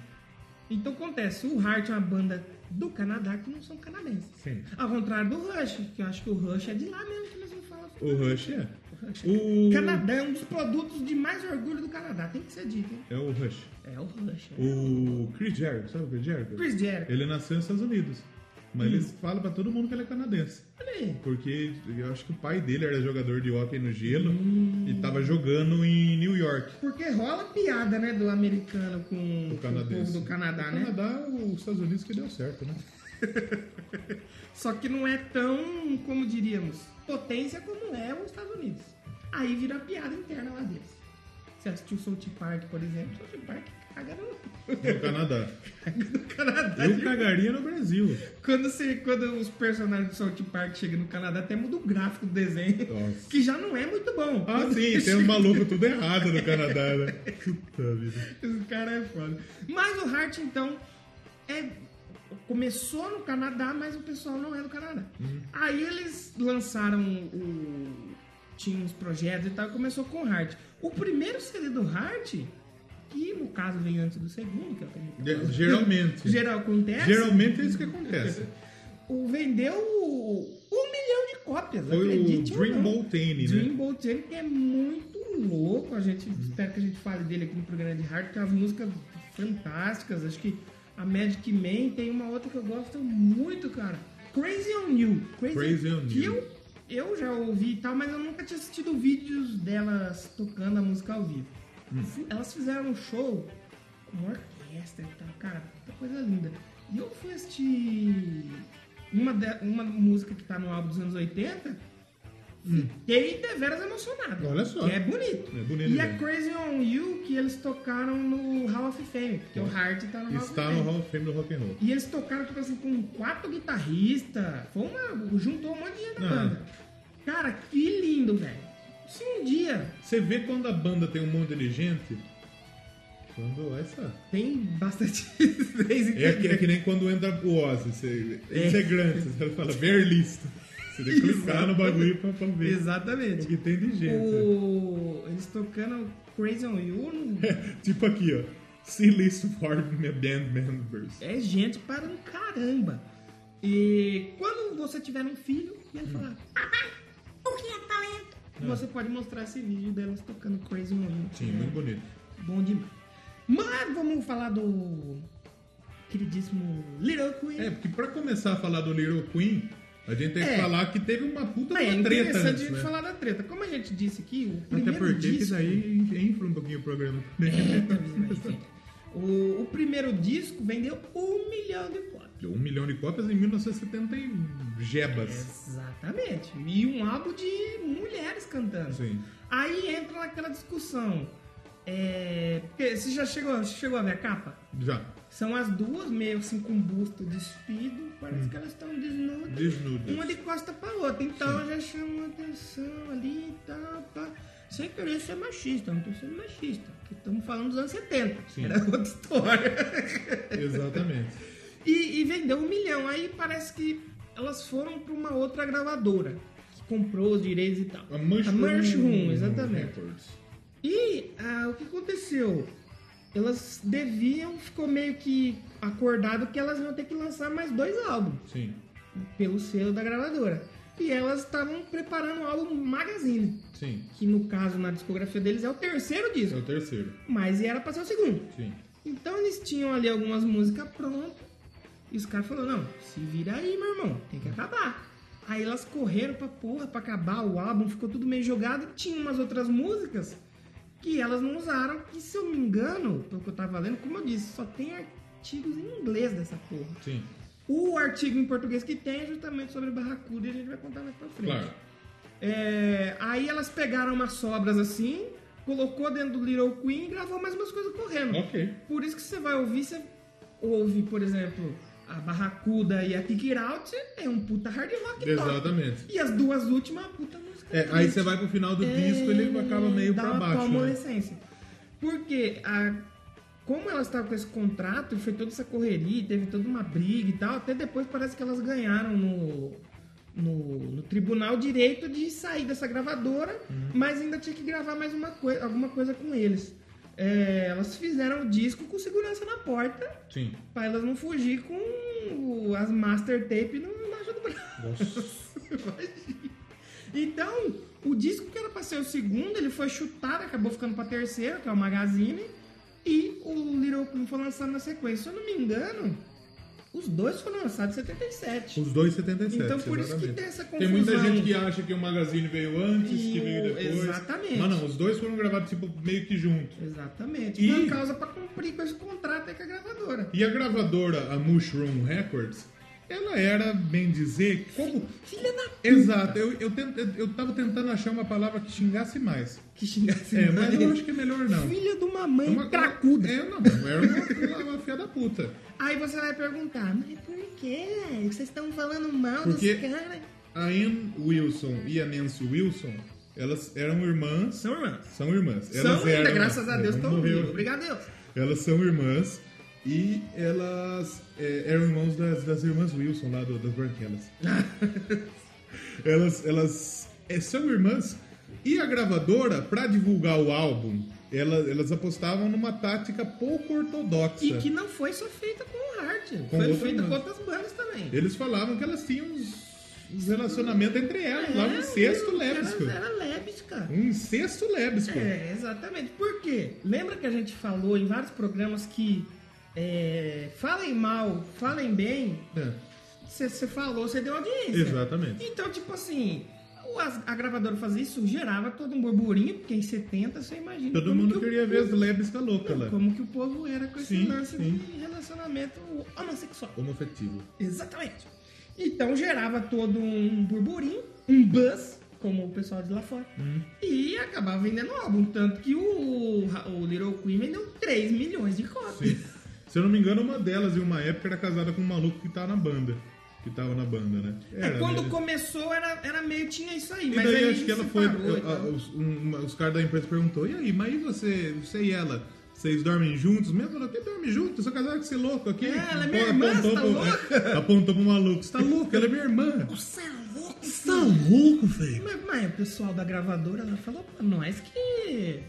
Speaker 1: Então acontece, o Heart é uma banda do Canadá que não são canadenses.
Speaker 2: Sim.
Speaker 1: Ao contrário do Rush, que eu acho que o Rush é de lá mesmo que nós não falamos.
Speaker 2: O Rush é.
Speaker 1: Rush.
Speaker 2: O.
Speaker 1: Canadá é um dos produtos de mais orgulho do Canadá, tem que ser dito, hein?
Speaker 2: É o Rush.
Speaker 1: É o Rush. é.
Speaker 2: O Chris Jericho, sabe o Chris Jericho?
Speaker 1: Chris Hum. Jericho.
Speaker 2: Ele nasceu nos Estados Unidos. Mas eles falam pra todo mundo que ele é canadense.
Speaker 1: Olha aí.
Speaker 2: Porque eu acho que o pai dele era jogador de hóquei no gelo
Speaker 1: Hum.
Speaker 2: e tava jogando em New York.
Speaker 1: Porque rola piada, né, do americano com
Speaker 2: O
Speaker 1: com o
Speaker 2: canadense.
Speaker 1: povo do Canadá,
Speaker 2: O
Speaker 1: né?
Speaker 2: Canadá, os Estados Unidos que deu certo, né?
Speaker 1: Só que não é tão, como diríamos, potência como é os Estados Unidos. Aí vira piada interna lá deles. Você assistiu South Park, por exemplo, South Park caga no,
Speaker 2: No Canadá.
Speaker 1: no Canadá.
Speaker 2: Eu cagaria no Brasil.
Speaker 1: Quando, você, quando os personagens do South Park chegam no Canadá, até muda o gráfico do desenho,
Speaker 2: Nossa.
Speaker 1: que já não é muito bom.
Speaker 2: Ah, sim, tem um maluco tudo errado no Canadá, né? Puta vida.
Speaker 1: Esse cara é foda. Mas o Hart, então, é... começou no Canadá, mas o pessoal não é do Canadá.
Speaker 2: Uhum.
Speaker 1: Aí eles lançaram o... Tinha uns projetos e tal, e começou com o Hart. O primeiro CD do Hart, que no caso veio antes do segundo, que é o que a gente tá
Speaker 2: Ge-
Speaker 1: falando,
Speaker 2: Geralmente.
Speaker 1: geral acontece,
Speaker 2: Geralmente é isso que acontece.
Speaker 1: o vendeu um milhão de cópias,
Speaker 2: Foi o
Speaker 1: acredite ou
Speaker 2: Dream
Speaker 1: não.
Speaker 2: Boltane, né? Uhum.
Speaker 1: Dream Bolt Jam, que é muito louco. A gente espero que a gente fale dele aqui no programa de é hard, porque as músicas fantásticas. Acho que a Magic Man tem uma outra que eu gosto muito, cara. Crazy on You.
Speaker 2: Crazy on
Speaker 1: que
Speaker 2: You.
Speaker 1: Eu, eu já ouvi e tal, mas eu nunca tinha assistido vídeos delas tocando a música ao vivo.
Speaker 2: Hum.
Speaker 1: Fu- Elas fizeram um show com uma orquestra e tal, cara, puta coisa linda. E eu fui assistir uma, de- uma música que tá no álbum dos anos 80, Fiquei deveras é emocionado.
Speaker 2: Olha só.
Speaker 1: Que é bonito.
Speaker 2: É bonito
Speaker 1: E a
Speaker 2: mesmo.
Speaker 1: Crazy On You, que eles tocaram no Hall of Fame, porque o Hard tá no Hall
Speaker 2: Está
Speaker 1: of Fame.
Speaker 2: no Hall of Fame do Rock and Roll.
Speaker 1: E eles tocaram, tipo assim, com quatro guitarristas. Foi uma. Juntou um monte de gente na
Speaker 2: Ah.
Speaker 1: banda. Cara, que lindo, velho. Se um dia
Speaker 2: Você vê quando a banda tem um monte de gente. Quando essa.
Speaker 1: tem bastante três
Speaker 2: É que, é
Speaker 1: integrantes.
Speaker 2: que nem quando entra o Ozzy, você,
Speaker 1: É.
Speaker 2: integrante, você fala verlista. Você tem que clicar no bagulho pra, pra ver o
Speaker 1: Exatamente.
Speaker 2: que tem de gente.
Speaker 1: O... Eles tocando Crazy On You no
Speaker 2: Tipo aqui, ó. See list for my band members.
Speaker 1: É gente para um caramba. E quando você tiver um filho, e
Speaker 2: Hum.
Speaker 1: ele falar, papai, o que é talento? Você pode mostrar esse vídeo delas tocando Crazy on You.
Speaker 2: É. Sim, muito bonito.
Speaker 1: Bom demais. Mas vamos falar do queridíssimo Little Queen.
Speaker 2: É, porque pra começar a falar do Little Queen, a gente tem que
Speaker 1: É.
Speaker 2: falar que teve uma puta
Speaker 1: Mas é
Speaker 2: uma treta
Speaker 1: interessante
Speaker 2: antes,
Speaker 1: a gente
Speaker 2: né?
Speaker 1: falar da treta. Como a gente disse aqui, o
Speaker 2: Até
Speaker 1: primeiro É,
Speaker 2: porque que
Speaker 1: disco...
Speaker 2: daí infla um pouquinho o programa também.
Speaker 1: o, o primeiro disco vendeu um milhão de cópias.
Speaker 2: Um milhão de cópias em 1970 e um gebas.
Speaker 1: Exatamente. E um álbum de mulheres cantando.
Speaker 2: Sim.
Speaker 1: Aí entra naquela discussão. É, porque você já chegou, você chegou a ver a capa?
Speaker 2: Já.
Speaker 1: São as duas meio assim com busto despido.
Speaker 2: Hum.
Speaker 1: Parece que elas estão desnudas.
Speaker 2: Desnudas.
Speaker 1: Uma de costa pra outra. Então já chamou atenção ali e tal. pá. Sem querer ser machista, eu não tô sendo machista. Porque estamos falando dos anos 70.
Speaker 2: Sim.
Speaker 1: Era outra história.
Speaker 2: Exatamente.
Speaker 1: E, e vendeu um milhão. Aí parece que elas foram para uma outra gravadora que comprou os direitos e tal.
Speaker 2: A um Mushroom,
Speaker 1: Mushroom, um, exatamente.
Speaker 2: Records.
Speaker 1: E ah, o que aconteceu? elas deviam, ficou meio que acordado que elas iam ter que lançar mais dois álbuns
Speaker 2: Sim,
Speaker 1: pelo selo da gravadora. E elas estavam preparando um álbum Magazine,
Speaker 2: sim.
Speaker 1: que no caso na discografia deles é o terceiro
Speaker 2: É
Speaker 1: disco,
Speaker 2: o terceiro.
Speaker 1: mas era pra ser o segundo.
Speaker 2: Sim.
Speaker 1: Então eles tinham ali algumas músicas prontas. E os caras falaram, não, se vira aí, meu irmão, tem que acabar. Aí elas correram pra porra pra acabar o álbum, ficou tudo meio jogado. e Tinha umas outras músicas que elas não usaram, que se eu me engano, pelo que eu tava lendo, como eu disse, só tem artigos em inglês dessa porra.
Speaker 2: Sim.
Speaker 1: O artigo em português que tem é justamente sobre Barracuda e a gente vai contar mais pra frente.
Speaker 2: Claro.
Speaker 1: É, aí elas pegaram umas sobras assim, colocou dentro do Little Queen e gravou mais umas coisas correndo.
Speaker 2: Ok.
Speaker 1: Por isso que você vai ouvir, você ouve, por exemplo, a Barracuda e a Kick It Out, é um puta hard rock top.
Speaker 2: Exatamente.
Speaker 1: E as duas últimas, puta música.
Speaker 2: É, aí
Speaker 1: triste. É,
Speaker 2: você vai pro final do disco, ele acaba meio
Speaker 1: Dá
Speaker 2: pra
Speaker 1: uma
Speaker 2: baixo. Né?
Speaker 1: palmolescência. Porque a, como elas estavam com esse contrato, foi toda essa correria, teve toda uma briga e tal, até depois parece que elas ganharam no, no, no tribunal o direito de sair dessa gravadora,
Speaker 2: Uhum.
Speaker 1: mas ainda tinha que gravar mais uma coi alguma coisa com eles. É, elas fizeram o disco com segurança na porta,
Speaker 2: Sim.
Speaker 1: pra elas não fugir com o- as master tape no- embaixo do braço. Imagina. Então, o disco que era pra ser o segundo, ele foi chutado, acabou ficando pra terceiro, que é o Magazine, e o Little Queen foi lançado na sequência. Se eu não me engano, os dois foram lançados em 77.
Speaker 2: Os dois 77.
Speaker 1: Então, por isso que
Speaker 2: exatamente.
Speaker 1: tem essa
Speaker 2: Tem muita
Speaker 1: confusão.
Speaker 2: gente que acha que o Magazine veio antes,
Speaker 1: E
Speaker 2: que veio
Speaker 1: o-
Speaker 2: depois.
Speaker 1: exatamente.
Speaker 2: Mas não, os dois foram gravados tipo, meio que junto.
Speaker 1: Exatamente.
Speaker 2: E-
Speaker 1: Por causa pra cumprir com esse contrato aí com a gravadora.
Speaker 2: E a gravadora, a Mushroom Records, ela era, bem dizer, como.
Speaker 1: Filha da
Speaker 2: Exato, eu, eu, tent- eu- eu tava tentando achar uma palavra que xingasse mais.
Speaker 1: que xingasse.
Speaker 2: É, mas eu acho que é melhor não.
Speaker 1: Filha de uma mãe
Speaker 2: É uma-
Speaker 1: cracuda.
Speaker 2: É, não, era uma, uma, uma filha da puta.
Speaker 1: Aí você vai perguntar, mas por que, velho? Vocês estão falando mal
Speaker 2: Porque-
Speaker 1: dos caras?
Speaker 2: A Ann Wilson e a Nancy Wilson, elas eram irmãs.
Speaker 1: São irmãs.
Speaker 2: São irmãs. Elas
Speaker 1: São ainda,
Speaker 2: eram-
Speaker 1: graças a
Speaker 2: é,
Speaker 1: Deus,
Speaker 2: não
Speaker 1: estão
Speaker 2: morreu.
Speaker 1: vivos. Obrigado, Deus.
Speaker 2: Elas são irmãs e elas é, eram irmãos das, das irmãs Wilson lá do, das Branquelas. elas elas é, são irmãs e a gravadora, pra divulgar o álbum, ela, elas apostavam numa tática pouco ortodoxa.
Speaker 1: E que não foi só feita com o Hart.
Speaker 2: Com
Speaker 1: foi
Speaker 2: outras
Speaker 1: feita com
Speaker 2: bandas.
Speaker 1: outras bandas também.
Speaker 2: Eles falavam que elas tinham uns, uns relacionamentos entre elas, lá um
Speaker 1: É,
Speaker 2: incesto
Speaker 1: era-
Speaker 2: lébisco.
Speaker 1: Era lébisca.
Speaker 2: Um incesto lébisco.
Speaker 1: É, exatamente. Por quê? Lembra que a gente falou em vários programas que é, falem mal, falem bem,
Speaker 2: É,
Speaker 1: você falou, você deu audiência.
Speaker 2: Exatamente.
Speaker 1: Então, tipo assim, o- as- a, gravadora fazia isso, gerava todo um burburinho, porque em 70 você imagina.
Speaker 2: Todo
Speaker 1: como
Speaker 2: mundo
Speaker 1: que o
Speaker 2: queria ver as lébiscas loucas lá.
Speaker 1: Como que o povo era com esse
Speaker 2: Sim,
Speaker 1: lance
Speaker 2: sim.
Speaker 1: de relacionamento homossexual.
Speaker 2: Homofetivo.
Speaker 1: Exatamente. Então gerava todo um burburinho, um buzz, como o pessoal diz lá fora,
Speaker 2: Hum.
Speaker 1: e acabava vendendo o álbum. Tanto que o, o Little Queen vendeu 3 milhões de cópias.
Speaker 2: Sim. Se eu não me engano, uma delas, em uma época, era casada com um maluco que tava na banda. Que tava na banda, né?
Speaker 1: É, quando
Speaker 2: né?
Speaker 1: começou era, era meio tinha isso aí,
Speaker 2: E
Speaker 1: mas
Speaker 2: daí
Speaker 1: aí então.
Speaker 2: acho que ela foi.
Speaker 1: separou e
Speaker 2: eu- a-
Speaker 1: tal.
Speaker 2: os, um- uma- os caras da empresa perguntou: e aí, mas e você, você e ela? Vocês dormem juntos? Mesmo falou, que dorme junto? Eu sou casado com esse louco aqui.
Speaker 1: É, ela é
Speaker 2: Pô,
Speaker 1: minha irmã, você tá
Speaker 2: pro-
Speaker 1: louco?
Speaker 2: é, apontou pro maluco. Você tá louco? Ela é minha irmã.
Speaker 1: Você é louco,
Speaker 2: Você tá louco, velho?
Speaker 1: Mas, mas o pessoal da gravadora ela falou pra nós que.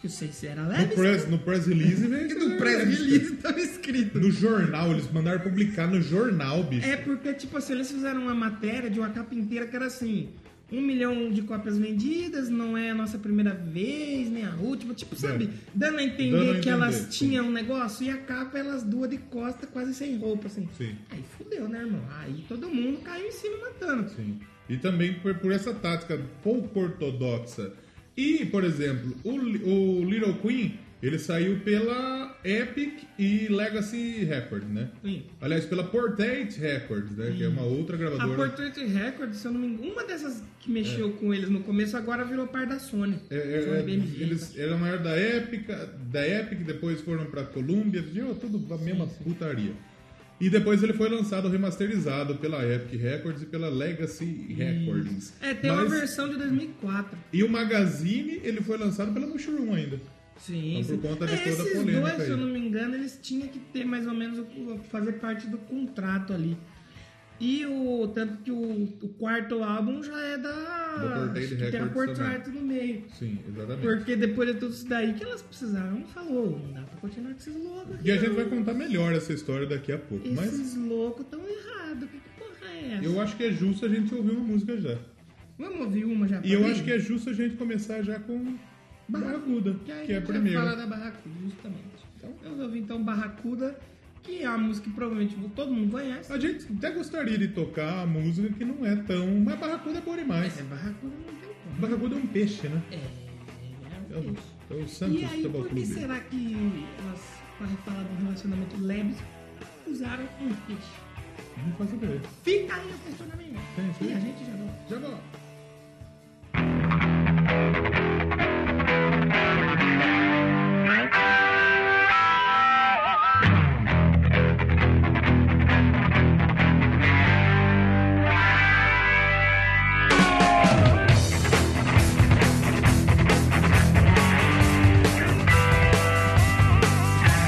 Speaker 1: que vocês eram
Speaker 2: No
Speaker 1: leves.
Speaker 2: press, no press release, velho.
Speaker 1: E
Speaker 2: vocês
Speaker 1: do
Speaker 2: eram
Speaker 1: press
Speaker 2: lésbica.
Speaker 1: release tava escrito.
Speaker 2: No jornal, eles mandaram publicar no jornal, bicho.
Speaker 1: É porque, tipo assim, eles fizeram uma matéria de uma capa inteira que era assim: um milhão de cópias vendidas, não é a nossa primeira vez, nem a última. Tipo, sabe?
Speaker 2: É.
Speaker 1: Dando a entender
Speaker 2: Dando a
Speaker 1: que
Speaker 2: entender,
Speaker 1: elas
Speaker 2: sim.
Speaker 1: tinham um negócio e a capa elas duas de costa, quase sem roupa, assim.
Speaker 2: Sim.
Speaker 1: Aí fudeu, né, irmão? Aí todo mundo caiu em cima matando.
Speaker 2: Sim. E também por, por essa tática pouco ortodoxa. E, por exemplo, o, Li- o Little Queen, ele saiu pela Epic e Legacy Records, né?
Speaker 1: Sim.
Speaker 2: Aliás, pela Portrait Records, né? Que é uma outra
Speaker 1: A
Speaker 2: gravadora.
Speaker 1: Portrait Records, se eu não me engano, uma dessas que mexeu com eles no começo agora virou par da Sony.
Speaker 2: É, é,
Speaker 1: Sony
Speaker 2: é,
Speaker 1: BMG,
Speaker 2: eles eram maior da Epic, da Epic, depois foram pra Columbia, viu? Tudo a mesma putaria. E depois ele foi lançado remasterizado pela Epic Records e pela Legacy Records.
Speaker 1: tá? É, tem uma
Speaker 2: Mas-
Speaker 1: versão de 2004.
Speaker 2: E o Magazine, ele foi lançado pela Mushroom ainda.
Speaker 1: Sim.
Speaker 2: Então,
Speaker 1: sim.
Speaker 2: por conta de
Speaker 1: É,
Speaker 2: toda a
Speaker 1: Esses
Speaker 2: polêmica
Speaker 1: dois,
Speaker 2: aí.
Speaker 1: se eu não me engano, eles tinham que ter mais ou menos o- fazer parte do contrato ali. E o tanto que o, o quarto álbum já é
Speaker 2: Da
Speaker 1: da
Speaker 2: Portaid
Speaker 1: acho que tem a
Speaker 2: Records
Speaker 1: Portrait no meio.
Speaker 2: Sim, exatamente.
Speaker 1: Porque depois de tudo isso daí que elas precisaram, falou, não dá pra continuar com esses loucos. aqui,
Speaker 2: E a gente
Speaker 1: não.
Speaker 2: vai contar melhor essa história daqui a pouco. Mas
Speaker 1: Esses loucos tão errados. Que que porra é essa?
Speaker 2: eu acho que é justo a gente ouvir uma música já.
Speaker 1: Vamos ouvir uma já.
Speaker 2: E eu acho que é justo a gente começar já com Barracuda,
Speaker 1: Que, aí
Speaker 2: que é a
Speaker 1: a gente vai falar
Speaker 2: primeira.
Speaker 1: da Barracuda, justamente. Então, eu vou ouvir então Barracuda, que é uma música que provavelmente todo mundo conhece.
Speaker 2: A gente até gostaria de tocar a música que não é tão. Mas Barracuda é boa demais.
Speaker 1: É, Barracuda não tem como.
Speaker 2: Barracuda é um peixe, né?
Speaker 1: É,
Speaker 2: É
Speaker 1: é um
Speaker 2: o,
Speaker 1: bicho.
Speaker 2: é o
Speaker 1: E
Speaker 2: Santos
Speaker 1: aí,
Speaker 2: Futebol
Speaker 1: por que
Speaker 2: Clube.
Speaker 1: será que elas, para falar do relacionamento leves, usaram um peixe?
Speaker 2: Não faço ideia.
Speaker 1: Fica aí o questionamento.
Speaker 2: Tem isso
Speaker 1: E a
Speaker 2: aí?
Speaker 1: gente já volta.
Speaker 2: Já vou.
Speaker 5: So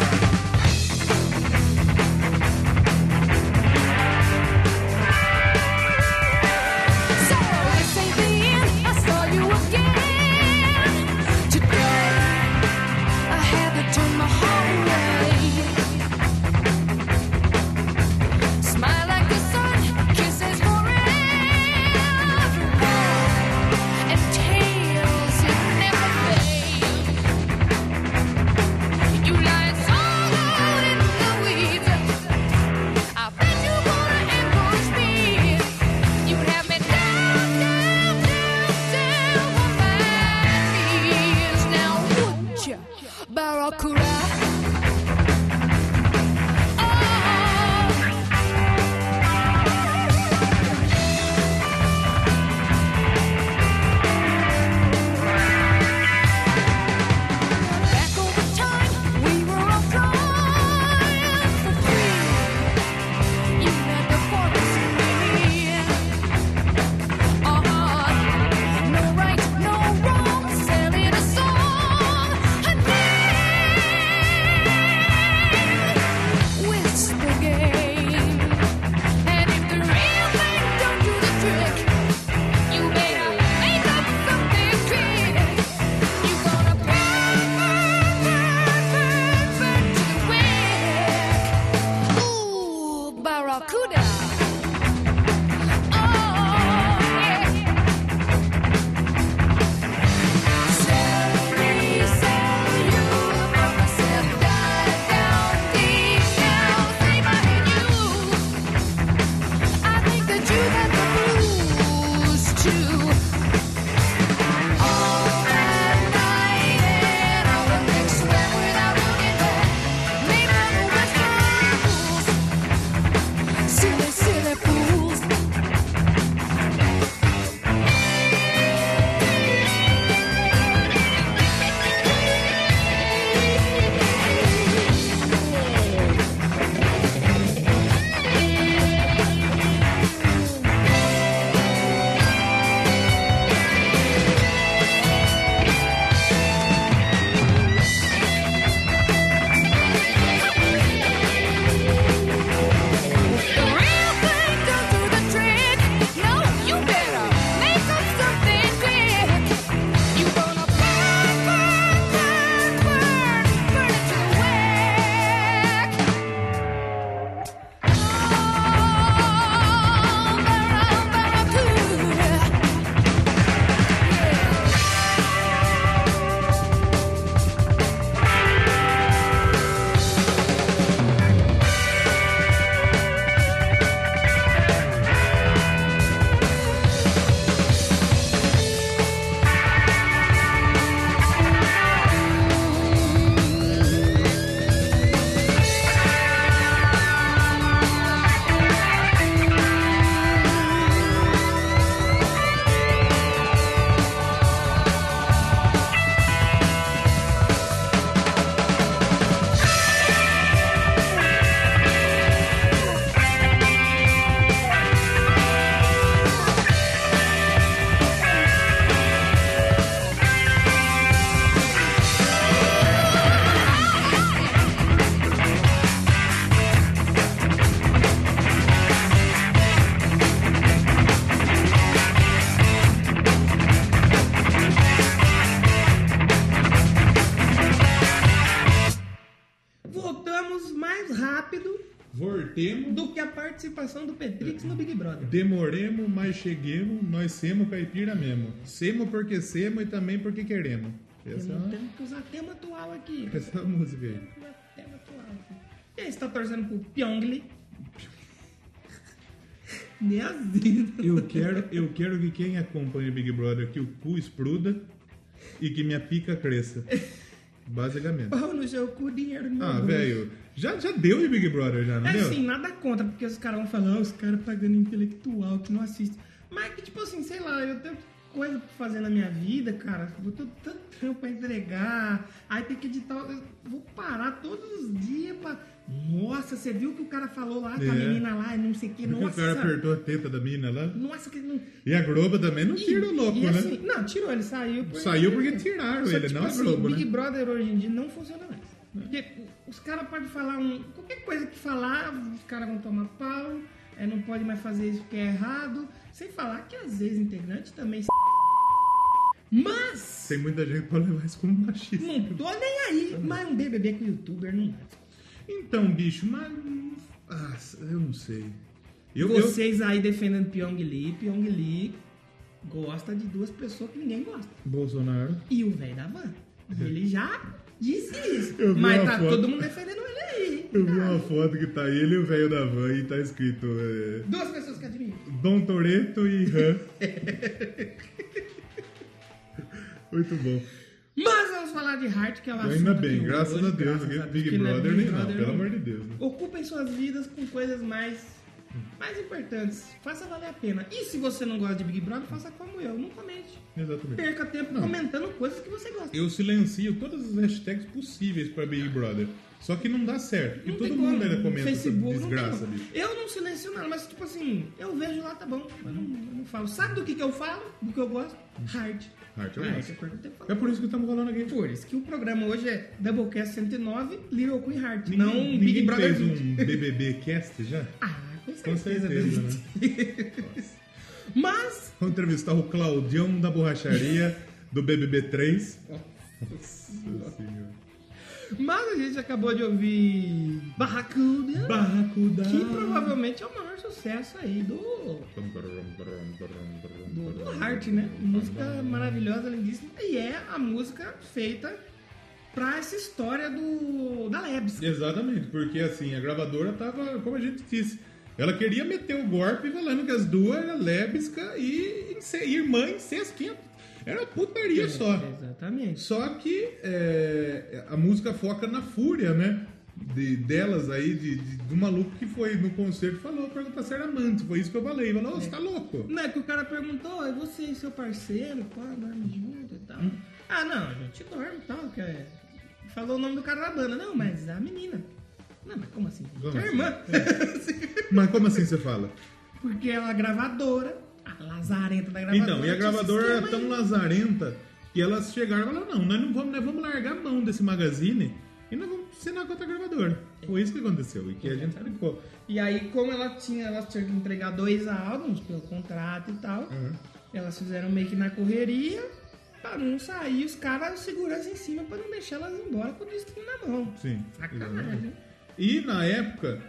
Speaker 5: Oh. Uh-huh. Oh,
Speaker 2: acertemos,
Speaker 1: do que a participação do Petrix no Big Brother.
Speaker 2: demoremos, mas cheguemos, nós semos caipira mesmo. Semos porque semos e também porque queremos. Essa, é
Speaker 1: Temos
Speaker 2: uma-
Speaker 1: temos que usar tema atual aqui.
Speaker 2: essa é a música aí.
Speaker 1: Usar Tema atual. aqui. E aí, você tá torcendo pro Pyongli? Nem a vida.
Speaker 2: Eu quero, eu quero que quem acompanha o Big Brother, que o cu espruda e que minha pica cresça. Basicamente.
Speaker 1: Pau no seu cu, dinheiro no
Speaker 2: Ah,
Speaker 1: bolso.
Speaker 2: velho, já, já deu de Big Brother, já, não
Speaker 1: É
Speaker 2: deu?
Speaker 1: assim, nada contra, porque os caras vão falar, "Ah, os caras pagando intelectual que não assiste. Mas que, tipo assim, sei lá, eu tenho coisa pra fazer na minha vida, cara. Eu tenho tanto trampo pra entregar. Aí tem que editar. Eu vou parar todos os dias pra. Nossa, você viu o que o cara falou lá com a
Speaker 2: É.
Speaker 1: menina lá e não sei o que.
Speaker 2: Porque
Speaker 1: Nossa,
Speaker 2: o cara apertou a teta da mina lá.
Speaker 1: nossa, que. não-
Speaker 2: E a Globo também não tira o louco,
Speaker 1: e
Speaker 2: né?
Speaker 1: assim, Não, tirou, ele saiu. por-
Speaker 2: Saiu porque tiraram
Speaker 1: Só que,
Speaker 2: ele,
Speaker 1: tipo
Speaker 2: não a
Speaker 1: assim,
Speaker 2: Globo,
Speaker 1: Big
Speaker 2: né? É.
Speaker 1: Brother hoje em dia não funciona mais. Porque os caras podem falar um, qualquer coisa que falar, os caras vão tomar pau, é, não pode mais fazer isso porque é errado. Sem falar que às vezes integrante também. se- Mas,
Speaker 2: Tem muita gente que pode levar isso como machista.
Speaker 1: não tô nem aí, mas um BBB com youtuber não dá.
Speaker 2: Então, bicho, mas. Ah, eu não sei. Eu, eu-
Speaker 1: Vocês aí defendendo Pyong Lee, Pyong Lee gosta de duas pessoas que ninguém gosta.
Speaker 2: Bolsonaro.
Speaker 1: E o velho da van. Ele já disse isso.
Speaker 2: Eu vi
Speaker 1: Mas
Speaker 2: uma
Speaker 1: tá
Speaker 2: foto.
Speaker 1: todo mundo defendendo ele aí.
Speaker 2: Eu vi uma foto que tá ele e o velho da van e tá escrito é,
Speaker 1: Duas pessoas que admiram.
Speaker 2: Dom Toreto e Han. Muito bom. Então,
Speaker 1: Mas vamos falar de Heart, que é o assunto
Speaker 2: Ainda
Speaker 1: que
Speaker 2: bem,
Speaker 1: eu-
Speaker 2: graças
Speaker 1: hoje,
Speaker 2: a Deus. né?
Speaker 1: graças a Deus,
Speaker 2: Big
Speaker 1: que não é
Speaker 2: Brother,
Speaker 1: Big
Speaker 2: nem não,
Speaker 1: Brother,
Speaker 2: pelo
Speaker 1: não.
Speaker 2: amor de Deus. né?
Speaker 1: Ocupem suas vidas com coisas mais, mais importantes. Faça valer a pena. E se você não gosta de Big Brother, faça como eu. Não comente.
Speaker 2: Exatamente.
Speaker 1: Perca tempo comentando coisas que você gosta.
Speaker 2: Eu silencio todas as hashtags possíveis pra Big Brother. Só que não dá certo. Porque
Speaker 1: Não
Speaker 2: todo
Speaker 1: tem
Speaker 2: mundo
Speaker 1: como.
Speaker 2: ainda comenta essa
Speaker 1: Facebook, não tem
Speaker 2: desgraça,
Speaker 1: como.
Speaker 2: bicho.
Speaker 1: Eu não silencio nada, mas tipo assim, eu vejo lá, tá bom. Mas não, eu não falo. Sabe do que, que eu falo? Do que eu gosto? Hard.
Speaker 2: Hard eu gosto.
Speaker 1: eu perco tempo falando.
Speaker 2: É por isso que estamos falando aqui.
Speaker 1: Por isso que o programa hoje é Doublecast 109, Little Queen Heart,
Speaker 2: Ninguém-
Speaker 1: não
Speaker 2: ninguém
Speaker 1: Big Brother
Speaker 2: fez
Speaker 1: 20.
Speaker 2: um BBB cast já?
Speaker 1: Ah, com certeza.
Speaker 2: Com certeza,
Speaker 1: deve
Speaker 2: né?
Speaker 1: ter. Mas,
Speaker 2: Vamos entrevistar o Claudião da borracharia do BBB 3. Nossa senhora.
Speaker 1: mas a gente acabou de ouvir Barracuda,
Speaker 2: Barracuda.
Speaker 1: que provavelmente é o maior sucesso aí do, do, do Heart, né? Música maravilhosa, lindíssima. E é a música feita pra essa história do da Lebs.
Speaker 2: Exatamente, porque assim, a gravadora tava, como a gente disse, ela queria meter o golpe falando que as duas eram lébisca e, ince- irmã incestinha. Era uma putaria só.
Speaker 1: Exatamente.
Speaker 2: Só que é, a música foca na fúria, né? De, delas aí, de, de- do maluco que foi no concerto e falou, perguntar se era amante. Foi isso que eu falei. Falou, "Ô, você tá louco?
Speaker 1: Não, é que o cara perguntou, e você e seu parceiro, pô, dorme junto e
Speaker 2: Hum?
Speaker 1: tal. Ah, não, a gente dorme e tal, que é... Falou o nome do cara da banda. Não, mas a menina. Não, mas como assim?
Speaker 2: Como
Speaker 1: Sua
Speaker 2: assim?
Speaker 1: irmã.
Speaker 2: Mas como assim você fala?
Speaker 1: Porque ela é gravadora, a lazarenta da gravadora.
Speaker 2: Então, e a
Speaker 1: tinha esse
Speaker 2: gravadora era
Speaker 1: esquema
Speaker 2: tão
Speaker 1: aí.
Speaker 2: lazarenta que elas chegaram e falaram, não, nós não vamos, nós vamos largar a mão desse magazine e nós vamos assinar com outra gravadora. Foi isso que aconteceu e que a
Speaker 1: É.
Speaker 2: gente explicou.
Speaker 1: E aí, como ela tinha, ela tinha que entregar dois álbuns pelo contrato e tal, elas fizeram meio que na correria pra não sair os caras segurança em cima pra não deixar elas embora com o disquinho na mão.
Speaker 2: Sim.
Speaker 1: Sacanagem.
Speaker 2: E na época,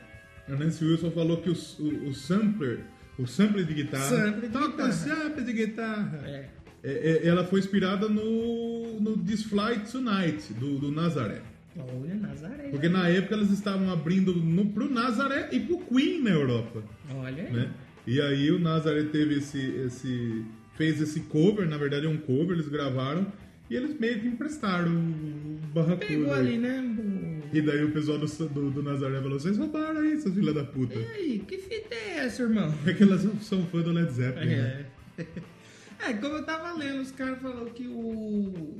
Speaker 2: a Nancy Wilson falou que o, o, o sampler, o sampler de guitarra,
Speaker 1: Sampler de
Speaker 2: toca
Speaker 1: guitarra.
Speaker 2: o sampler de guitarra.
Speaker 1: É.
Speaker 2: É, é, ela foi inspirada no, no This Flight Tonight, do, do Nazaré.
Speaker 1: Olha, Nazaré.
Speaker 2: Porque na época elas estavam abrindo no, pro Nazaré e pro Queen na Europa.
Speaker 1: Olha aí.
Speaker 2: né? E aí o Nazaré teve esse, esse. fez esse cover, na verdade é um cover, eles gravaram, e eles meio que emprestaram o Barracuda.
Speaker 1: Pegou
Speaker 2: aí.
Speaker 1: ali, né? o-
Speaker 2: E daí o pessoal do, do, do Nazaré falou: vocês roubaram aí, seus filha da puta.
Speaker 1: E aí, que fita é essa, irmão?
Speaker 2: É que elas são- são fã do Led Zeppelin. né?
Speaker 1: É. É, como eu tava lendo, os caras falaram que o.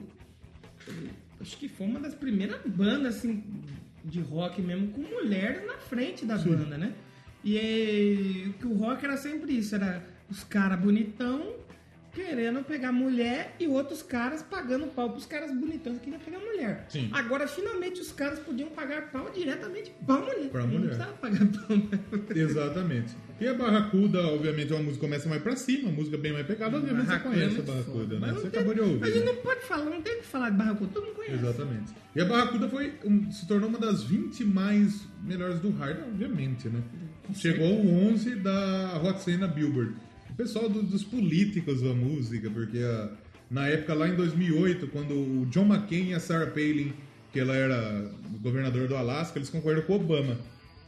Speaker 1: Acho que foi uma das primeiras bandas, assim, de rock mesmo, com mulheres na frente da banda, né? E é, que o rock era sempre isso, era os caras bonitão, querendo pegar mulher e outros caras pagando pau pros caras bonitões que queriam pegar mulher.
Speaker 2: Sim.
Speaker 1: Agora, finalmente, os caras podiam pagar pau diretamente pra mulher.
Speaker 2: Pra
Speaker 1: Não
Speaker 2: mulher.
Speaker 1: precisava pagar pau. né? pra-
Speaker 2: Exatamente. E a Barracuda, obviamente, é uma música que começa mais pra cima, uma música bem mais pegada, obviamente você
Speaker 1: Barracuda é
Speaker 2: conhece a
Speaker 1: muito
Speaker 2: Barracuda,
Speaker 1: foda.
Speaker 2: né?
Speaker 1: Mas
Speaker 2: Você
Speaker 1: não tem-
Speaker 2: acabou de
Speaker 1: Mas a gente
Speaker 2: ouvir.
Speaker 1: não é. pode falar, não tem o que falar de Barracuda, todo mundo conhece.
Speaker 2: Exatamente. E a Barracuda foi, um- se tornou uma das 20 mais melhores do hard, obviamente, né? Chegou ao 11 da Hot 100 na Billboard. O pessoal do- dos políticos da música, porque a- na época, lá em 2008, quando o John McCain e a Sarah Palin, que ela era governadora do Alasca, eles concorreram com o Obama.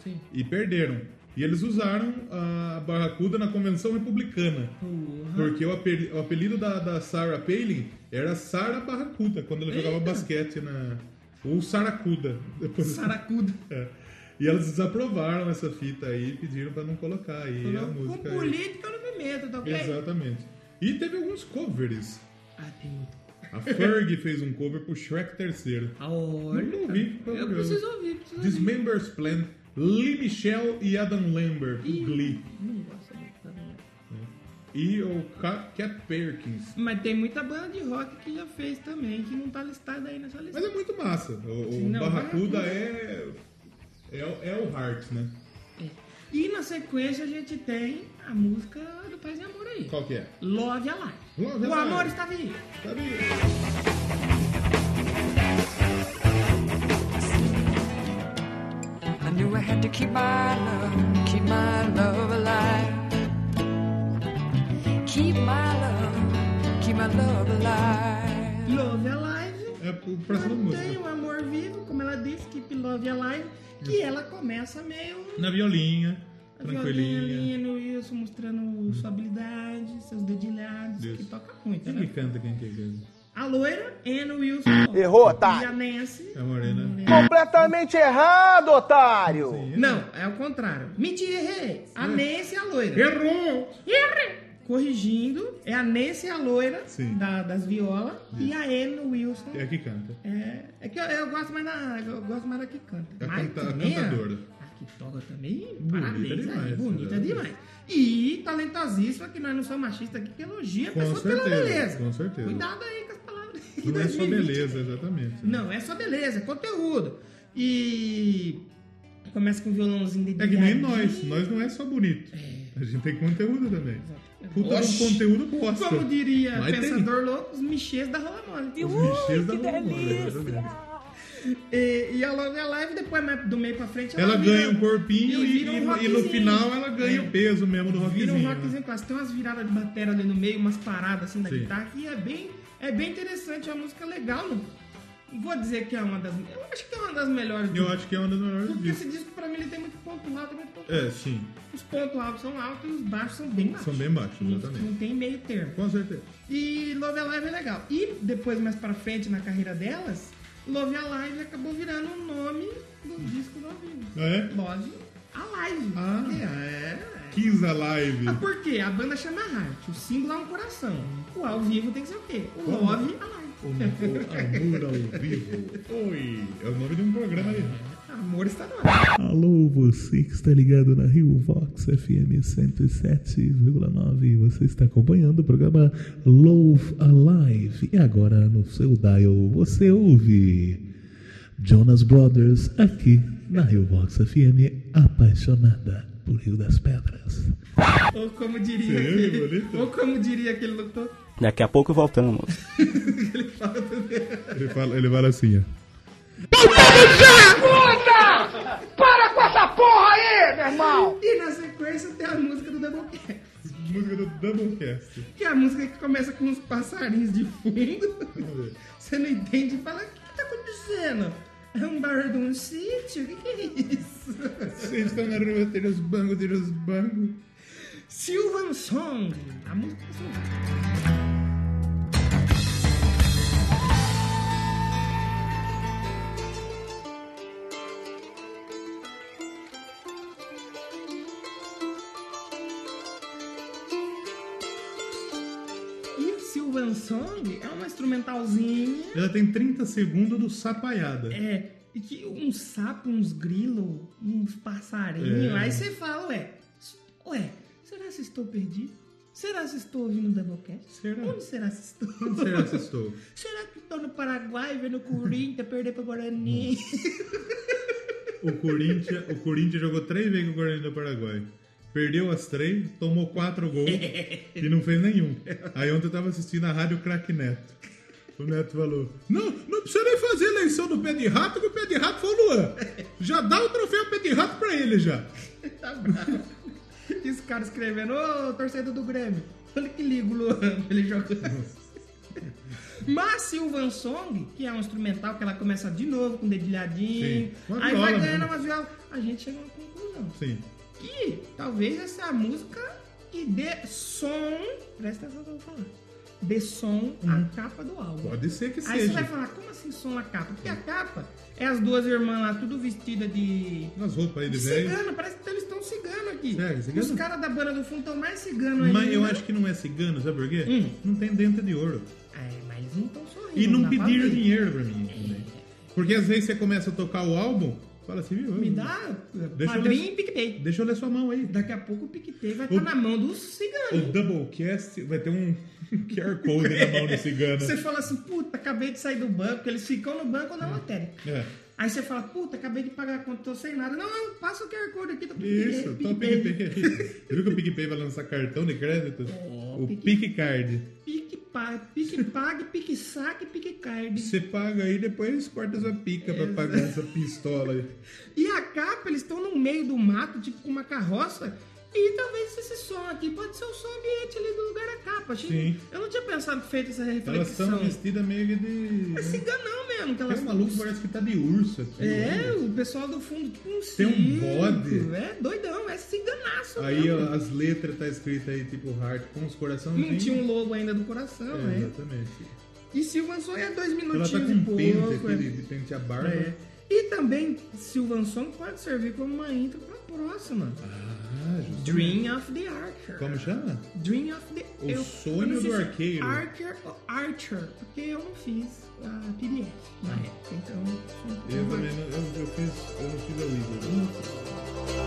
Speaker 1: Sim.
Speaker 2: E perderam. E eles usaram a Barracuda na Convenção Republicana.
Speaker 1: Porra.
Speaker 2: Porque o apeli- o apelido da, da Sarah Palin era Sarah Barracuda, quando ela jogava
Speaker 1: Eita.
Speaker 2: basquete na. Ou Saracuda. Depois...
Speaker 1: Saracuda.
Speaker 2: É. E elas desaprovaram essa fita aí e pediram pra não colocar aí a
Speaker 1: Falou, Com
Speaker 2: música. é Aí.
Speaker 1: política eu não me meto, tá ok?
Speaker 2: Exatamente. E teve alguns covers.
Speaker 1: Ah, tem muito.
Speaker 2: A Ferg fez um cover pro Shrek Terceiro.
Speaker 1: Ah, Olha,
Speaker 2: Nunca ouvi,
Speaker 1: cara. eu
Speaker 2: programa.
Speaker 1: preciso ouvir, preciso ouvir.
Speaker 2: Dismember's Plan, Lee Michelle e Adam Lambert,
Speaker 1: Ih,
Speaker 2: o Glee.
Speaker 1: Não gosto muito da minha.
Speaker 2: E o Ca- Cat Perkins.
Speaker 1: Mas tem muita banda de rock que já fez também, que não tá listada aí nessa lista.
Speaker 2: Mas é muito massa. O, o
Speaker 1: Sim, não,
Speaker 2: Barracuda
Speaker 1: Barracuda.
Speaker 2: é, é. o- É o Heart, né?
Speaker 1: É. E na sequência a gente tem a música do Paz e Amor aí.
Speaker 2: Qual que é?
Speaker 1: Love Alive.
Speaker 2: Love
Speaker 1: o
Speaker 2: Alive.
Speaker 1: amor está vivo.
Speaker 2: Sabe?
Speaker 4: I knew I had to keep my love, keep my love alive. Keep my love, keep my love alive.
Speaker 1: Love Alive.
Speaker 2: É a próxima
Speaker 1: Tem
Speaker 2: música.
Speaker 1: o amor vivo, como ela disse, Keep Love Alive. Que ela começa meio
Speaker 2: Na violinha,
Speaker 1: Joguinho
Speaker 2: tranquilinha.
Speaker 1: ali no Wilson mostrando sua habilidade, seus dedilhados,
Speaker 2: Isso.
Speaker 1: que toca muito,
Speaker 2: Quem É que
Speaker 1: né?
Speaker 2: canta quem que canta?
Speaker 1: A loira e no Wilson.
Speaker 7: Errou, otário.
Speaker 1: E a Nancy.
Speaker 2: É a morena.
Speaker 7: Completamente errado, otário!
Speaker 1: Não, é o contrário. Mentira, errei. A Nancy e a loira.
Speaker 2: Errou!
Speaker 1: Errei. Corrigindo, é a Nancy e a loira
Speaker 2: Sim.
Speaker 1: da- das violas e a Anne Wilson.
Speaker 2: É a que canta.
Speaker 1: É, é que eu, eu gosto mais da. Eu gosto mais da que canta.
Speaker 2: É a
Speaker 1: Mas
Speaker 2: canta- a
Speaker 1: também
Speaker 2: cantadora.
Speaker 1: A, a que toca também,
Speaker 2: Bonita
Speaker 1: parabéns
Speaker 2: demais,
Speaker 1: aí, bonita
Speaker 2: né?
Speaker 1: demais. E talentosíssima, que nós não somos machistas aqui, que elogia a
Speaker 2: Com
Speaker 1: pessoa pela
Speaker 2: certeza,
Speaker 1: beleza.
Speaker 2: com certeza.
Speaker 1: Cuidado aí com as palavras. de
Speaker 2: Não é só
Speaker 1: 2020.
Speaker 2: beleza, exatamente. né?
Speaker 1: Não, é só beleza, é conteúdo. E começa com um violãozinho de
Speaker 2: É que nem
Speaker 1: dedilhadinho.
Speaker 2: nós. Nós não é só bonito. A gente tem conteúdo também. Puta de um
Speaker 1: Oxi.
Speaker 2: conteúdo bosta.
Speaker 1: Como diria
Speaker 2: Mas tem.
Speaker 1: pensador louco, os michês da rola mole.
Speaker 2: Os bichinhos da Lombarda, exatamente.
Speaker 1: E, e a Love Alive, depois mais do meio pra frente,
Speaker 2: Ela
Speaker 1: vira-
Speaker 2: ganha um
Speaker 1: e
Speaker 2: corpinho e,
Speaker 1: vira um
Speaker 2: e no- e no
Speaker 1: rockzinho. É.
Speaker 2: final ela ganha o peso mesmo do rockzinho.
Speaker 1: Vira um
Speaker 2: né?
Speaker 1: rockzinho clássico. Tem umas viradas de bateria ali no meio, umas paradas assim da
Speaker 2: Sim.
Speaker 1: guitarra, que é bem, é bem interessante, é uma música legal. Não vou dizer que é uma das. Eu acho que é uma das melhores.
Speaker 2: Eu acho que é uma das melhores
Speaker 1: porque
Speaker 2: discos.
Speaker 1: esse disco, pra mim, ele tem muito ponto alto, muito ponto
Speaker 2: É, sim.
Speaker 1: Os pontos altos são altos e os baixos são bem baixos.
Speaker 2: São bem baixos,
Speaker 1: Não-
Speaker 2: exatamente.
Speaker 1: Não tem meio termo.
Speaker 2: Com certeza.
Speaker 1: E Love Alive é legal. E depois, mais pra frente na carreira delas, Love Alive acabou virando o nome do disco novinho.
Speaker 2: Ah, é?
Speaker 1: Love Alive.
Speaker 2: Ah.
Speaker 1: Que é.
Speaker 2: Kiss Alive.
Speaker 1: Ah, por quê? A banda chama Heart, o símbolo é um coração. O ao vivo tem que ser o quê? O
Speaker 2: Como?
Speaker 1: Love Alive.
Speaker 2: O amor ao vivo. Oi. É o nome de um programa aí.
Speaker 1: Ah, Amor está no ar.
Speaker 8: Alô, você que está ligado na Rio Vox FM 107,9. Você está acompanhando o programa Love Alive. E agora no seu dial você ouve Jonas Brothers aqui na Rio Vox FM, apaixonada por Rio das Pedras.
Speaker 1: Ou como diria
Speaker 2: Sim,
Speaker 1: aquele.
Speaker 2: bonito.
Speaker 1: Ou como diria aquele locutor.
Speaker 7: Daqui a pouco voltamos.
Speaker 2: Ele fala, ele fala assim, ó.
Speaker 1: E na sequência tem a música do Doublecast.
Speaker 2: Música do Doublecast.
Speaker 1: Que é a música que começa com uns passarinhos de fundo.
Speaker 2: Vamos ver.
Speaker 1: Você não entende e fala, o que, que tá acontecendo? É um bar de um sítio? O que, que é isso?
Speaker 2: Vocês estão na rua, ter os bangos, ter os bangos.
Speaker 1: Sylvan Song. A música é assim. E o Sylvan Song é uma instrumentalzinha
Speaker 2: Ela tem 30 segundos do sapaiada.
Speaker 1: é, e que um sapo, uns grilos, uns passarinhos.
Speaker 2: É.
Speaker 1: Aí você fala, ué, s- ué, será que estou perdido? Será se estou ouvindo o Doublecast?
Speaker 2: Será?
Speaker 1: Onde será se estou?
Speaker 2: Onde será que estou?
Speaker 1: Será que estou no Paraguai vendo o Corinthians perder para o Guarani?
Speaker 2: O Corinthians, o Corinthians jogou três vezes com o Guarani do Paraguai. Perdeu as três, tomou quatro gols e não fez nenhum. Aí ontem eu tava assistindo a rádio Crack Neto. O Neto falou: Não, não precisa nem fazer eleição do pé de rato, que o pé de rato foi o Luan. Já dá o troféu pé de rato pra ele já.
Speaker 1: tá bravo. E os caras escrevendo, ô torcedor do Grêmio, olha que liga o Luan pra ele jogando. Mas Silvan Song, que é um instrumental que ela começa de novo com dedilhadinho,
Speaker 2: Sim. Uma
Speaker 1: aí
Speaker 2: viola,
Speaker 1: vai ganhando
Speaker 2: né?
Speaker 1: uma viola. A gente chega a uma conclusão.
Speaker 2: Sim.
Speaker 1: Que talvez essa é música que dê som. Presta atenção no que eu vou falar. Dê som à capa do álbum.
Speaker 2: Uhum. Pode ser Uhum. que
Speaker 1: Aí você vai
Speaker 2: seja.
Speaker 1: falar, como assim som a capa? Porque a capa é as duas irmãs lá, tudo vestida de
Speaker 2: Nas roupas aí de
Speaker 1: de
Speaker 2: velho.
Speaker 1: cigano, parece que eles estão cigano aqui.
Speaker 2: Sério, cigano?
Speaker 1: Os caras da banda do fundo estão mais cigano ainda.
Speaker 2: Mas eu acho que não é cigano, sabe por quê?
Speaker 1: Hum.
Speaker 2: Não tem dente de ouro.
Speaker 1: É, mas eles não estão sorrindo.
Speaker 2: E não
Speaker 1: dá pra
Speaker 2: pediram
Speaker 1: ver.
Speaker 2: dinheiro pra mim. também. Porque às vezes você começa a tocar o álbum, fala assim, viu?
Speaker 1: Me dá
Speaker 2: eu
Speaker 1: padrinho
Speaker 2: ler-
Speaker 1: e PicPay.
Speaker 2: Deixa eu ler sua mão aí.
Speaker 1: Daqui a pouco o PicPay vai estar
Speaker 2: O-
Speaker 1: na mão dos
Speaker 2: O
Speaker 1: ciganos.
Speaker 2: Doublecast vai ter um QR Code na mão do cigano.
Speaker 1: Você fala assim, puta, acabei de sair do banco, eles ficam no banco ou na lotérica.
Speaker 2: É.
Speaker 1: Aí você fala, puta, acabei de pagar a conta, tô sem nada. Não, não, passa o QR Code aqui do PicPay.
Speaker 2: Isso, tá o PicPay aí. Você viu que o PicPay vai lançar cartão de crédito? o
Speaker 1: Pic-
Speaker 2: PicCard.
Speaker 1: PicPay, PicPag, PicSac, PicCard.
Speaker 2: Você paga aí e depois corta sua pica pra pagar essa pistola aí.
Speaker 1: E a capa, eles estão no meio do mato, tipo com uma carroça. E talvez esse som aqui pode ser o som ambiente ali do lugar da capa. Achei-
Speaker 2: Sim.
Speaker 1: Eu não tinha pensado, feito essa
Speaker 2: Elas
Speaker 1: reflexão.
Speaker 2: estão vestidas meio que de.
Speaker 1: É ciganão mesmo. Que
Speaker 2: Tem
Speaker 1: elas...
Speaker 2: um maluco que parece que tá de urso aqui. né?
Speaker 1: É, o pessoal do fundo, tipo um
Speaker 2: Tem um
Speaker 1: circo,
Speaker 2: bode.
Speaker 1: É, doidão, é ciganaço.
Speaker 2: Aí
Speaker 1: mesmo.
Speaker 2: ó, as letras tá escrita aí, tipo hard, com os coraçãozinhos.
Speaker 1: Não tinha um lobo ainda do coração,
Speaker 2: É,
Speaker 1: né?
Speaker 2: Exatamente.
Speaker 1: E Silvan Song é dois
Speaker 2: Ela
Speaker 1: minutinhos
Speaker 2: tá com
Speaker 1: e
Speaker 2: um
Speaker 1: pouco.
Speaker 2: pente
Speaker 1: é.
Speaker 2: aqui de, de pente a barba.
Speaker 1: É. E também Silvan Song pode servir como uma intro pra próxima.
Speaker 2: Ah, justo.
Speaker 1: Dream of the Archer.
Speaker 2: Como chama?
Speaker 1: Dream of the...
Speaker 2: O sonho
Speaker 1: não sei
Speaker 2: do
Speaker 1: se-
Speaker 2: arqueiro.
Speaker 1: Archer ou Archer, porque eu não fiz a PDF na época, então... sou um pouco
Speaker 2: Ah. Eu
Speaker 1: mais-
Speaker 2: também não, eu, eu fiz, eu não fiz a Wizard.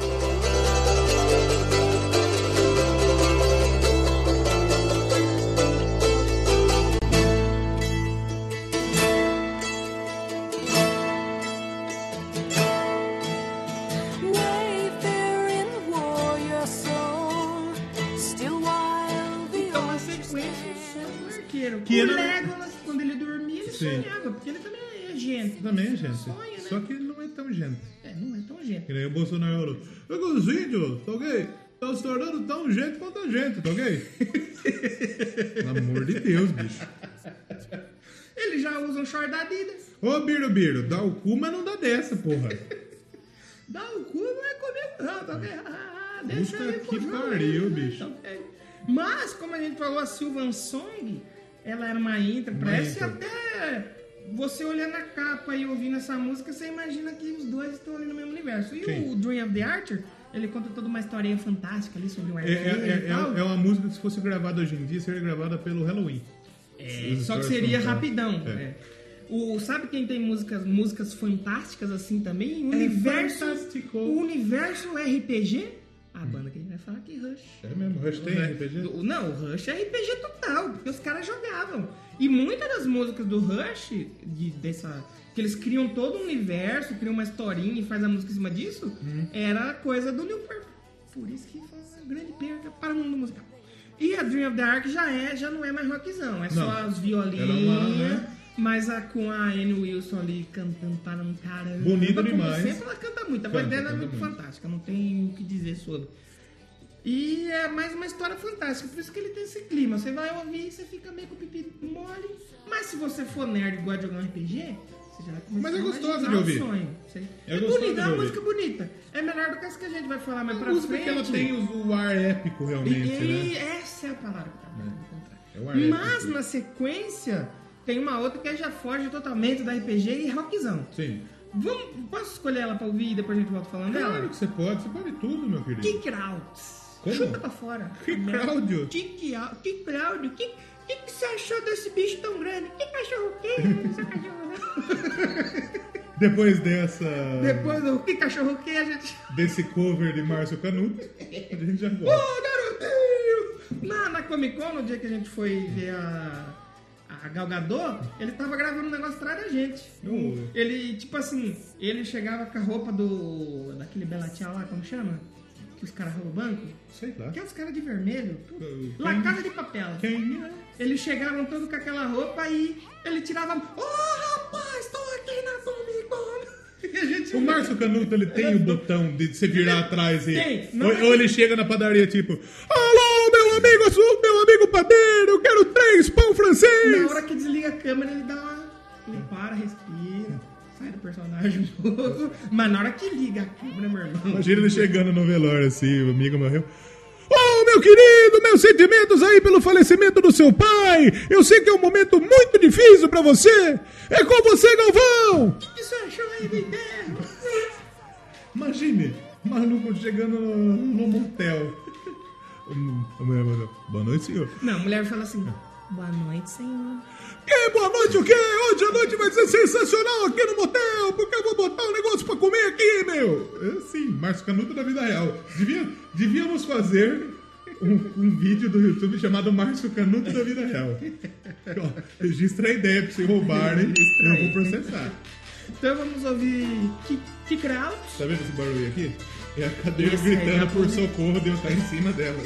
Speaker 4: Wayfaring warrior soul, still wild the
Speaker 1: Então, a
Speaker 4: ocean
Speaker 1: sequência do sonho do arqueiro.
Speaker 2: Que
Speaker 1: o
Speaker 2: era-
Speaker 1: Legolas, quando ele dormia, ele
Speaker 2: Sim.
Speaker 1: sonhava, porque ele também é gente.
Speaker 2: Também, gente.
Speaker 1: Sonho, né?
Speaker 2: Só que ele não é tão gente.
Speaker 1: É, não é tão gente.
Speaker 2: Que nem o Bolsonaro falou. Eu com os índios, tá ok? Tá se tornando tão gente quanto a gente, tá ok? Pelo amor de Deus, bicho.
Speaker 1: Ele já usa um short da Adidas.
Speaker 2: Ô, Biro Biro, dá o cu, mas não dá dessa, porra.
Speaker 1: Dá o cu, não é comigo não, tá ok? Ah, ah, deixa
Speaker 2: Puta
Speaker 1: ele
Speaker 2: que
Speaker 1: pro jogo,
Speaker 2: pariu,
Speaker 1: né?
Speaker 2: bicho.
Speaker 1: Tá ok. Mas, como a gente falou, a Sylvan Song, ela era uma intro, parece
Speaker 2: intro.
Speaker 1: até você olhando a capa e ouvindo essa música, você imagina que os dois estão ali no mesmo universo. E
Speaker 2: Sim.
Speaker 1: o Dream of the Archer, ele conta toda uma historinha fantástica ali sobre um
Speaker 2: É,
Speaker 1: arqueiro
Speaker 2: é, é,
Speaker 1: e
Speaker 2: é,
Speaker 1: tal.
Speaker 2: é uma música que se fosse gravada hoje em dia, seria gravada pelo Halloween.
Speaker 1: É,
Speaker 2: As
Speaker 1: só que
Speaker 2: histórias
Speaker 1: seria
Speaker 2: fantásticas.
Speaker 1: rapidão.
Speaker 2: É.
Speaker 1: é. O, sabe quem tem músicas, músicas fantásticas assim também? O universo,
Speaker 2: fantástico.
Speaker 1: o universo RPG? A banda que a gente vai falar que Rush.
Speaker 2: É mesmo, Rush tem
Speaker 1: Né?
Speaker 2: RPG?
Speaker 1: Do- Não, o Rush é RPG total, porque os caras jogavam. E muitas das músicas do Rush, de- dessa, que eles criam todo um universo, criam uma historinha e faz a música em cima disso,
Speaker 2: Uhum.
Speaker 1: era coisa do New Purple. Por isso que foi uma grande perca para o mundo musical. E a Dream of the Ark já é, já não é mais rockzão, é só
Speaker 2: Não.
Speaker 1: os violinhos,
Speaker 2: Ela é uma, né?
Speaker 1: mas a, com a Anne Wilson ali cantando para um cara.
Speaker 2: Bonita
Speaker 1: como
Speaker 2: demais.
Speaker 1: sempre, ela canta muito, a voz
Speaker 2: Canta,
Speaker 1: dela é
Speaker 2: canta
Speaker 1: muito
Speaker 2: muito.
Speaker 1: fantástica, não tem o que dizer sobre. E é mais uma história fantástica, por isso que ele tem esse clima. Você vai ouvir e você fica meio com o pipi mole, mas se você for nerd e gosta de jogar um RPG, você já vai começar
Speaker 2: Mas é
Speaker 1: a
Speaker 2: gostoso
Speaker 1: imaginar
Speaker 2: de ouvir.
Speaker 1: o Sonho. Você-
Speaker 2: É
Speaker 1: É,
Speaker 2: gostoso
Speaker 1: bonita, é
Speaker 2: de
Speaker 1: uma
Speaker 2: ouvir.
Speaker 1: música bonita. É melhor do que as que a gente vai falar mais
Speaker 2: A
Speaker 1: pra
Speaker 2: música
Speaker 1: frente.
Speaker 2: que ela tem o, o ar épico, realmente,
Speaker 1: E,
Speaker 2: né?
Speaker 1: essa é a palavra que eu tava tentando encontrar.
Speaker 2: É o ar
Speaker 1: Mas
Speaker 2: épico.
Speaker 1: na sequência, tem uma outra que já foge totalmente da RPG e rockzão.
Speaker 2: Sim.
Speaker 1: Vamos, posso escolher ela pra ouvir e depois a gente volta falando
Speaker 2: Claro
Speaker 1: dela?
Speaker 2: que você pode, você pode tudo, meu querido.
Speaker 1: Que Krauts.
Speaker 2: Como?
Speaker 1: Chuta pra fora.
Speaker 2: Que Cláudio?
Speaker 1: Que, que, é? que Cláudio? Que, que, que você achou desse bicho tão grande? Que cachorro quente? Não sou cachorro não.
Speaker 2: Depois dessa.
Speaker 1: Depois do que cachorro quente, a gente...
Speaker 2: Desse cover de Márcio Canuto, a gente já
Speaker 1: Ô,
Speaker 2: volta.
Speaker 1: garotinho! Na, na Comic Con, no dia que a gente foi ver a, a Gal Gadot, ele tava gravando um negócio atrás da gente.
Speaker 2: Oh.
Speaker 1: Ele, tipo assim, ele chegava com a roupa do. daquele Belatinha lá, como chama? Que os caras roubam o banco.
Speaker 2: Sei lá.
Speaker 1: Que é os caras de vermelho. Puta.
Speaker 2: Eu-
Speaker 1: La
Speaker 2: quem-
Speaker 1: Casa de Papel.
Speaker 2: Quem é?
Speaker 1: Eles chegavam todos com aquela roupa e ele tirava. Ô oh, rapaz, tô aqui na Comic Con! E a gente.
Speaker 2: O Márcio Canuto, ele tem o botão de se virar atrás e...
Speaker 1: Tem. Não
Speaker 2: Ou,
Speaker 1: é-
Speaker 2: ou ele chega na padaria, tipo... Alô, meu amigo, eu sou meu amigo padeiro, eu quero três pão francês!
Speaker 1: Na hora que desliga a câmera, ele dá uma. Ele para, respira, sai do personagem um pouco. Mas na hora que liga a câmera, meu irmão.
Speaker 2: Imagina ele chegando no velório, assim, o amigo morreu. Oh, meu querido, meus sentimentos aí pelo falecimento do seu pai! Eu sei que é um momento muito difícil pra você! É com você, Galvão!
Speaker 1: O que isso achou aí do inferno?
Speaker 2: Imagine, maluco chegando no, no motel. Hum, a mulher mandou, Boa noite, senhor.
Speaker 1: Não, a mulher fala assim. Boa noite, senhor.
Speaker 2: Que boa noite, o quê? Hoje a noite vai ser sensacional aqui no motel, porque eu vou botar um negócio pra comer aqui, meu! É, Sim, Márcio Canuto da vida real. Devia- devíamos fazer um, um vídeo do YouTube chamado Márcio Canuto da vida real. Ó, registra a ideia pra vocês roubarem, eu vou processar.
Speaker 1: Então vamos ouvir Ki- Kikraut.
Speaker 2: Tá vendo esse barulho aqui? É a cadeira
Speaker 1: Esse aí
Speaker 2: gritando
Speaker 1: já
Speaker 2: por
Speaker 1: foi-
Speaker 2: socorro, Deus tá em cima dela.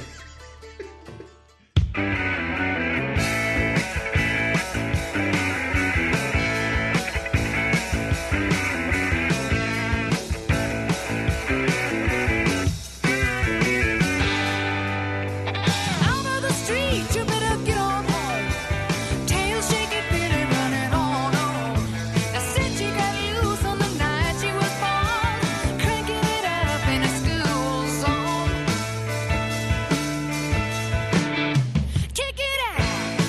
Speaker 5: Out of the street, you better get on home. Tail shaking, Billy running on on. I said she got loose on the night she was born, cranking it up in a school zone. Kick it out,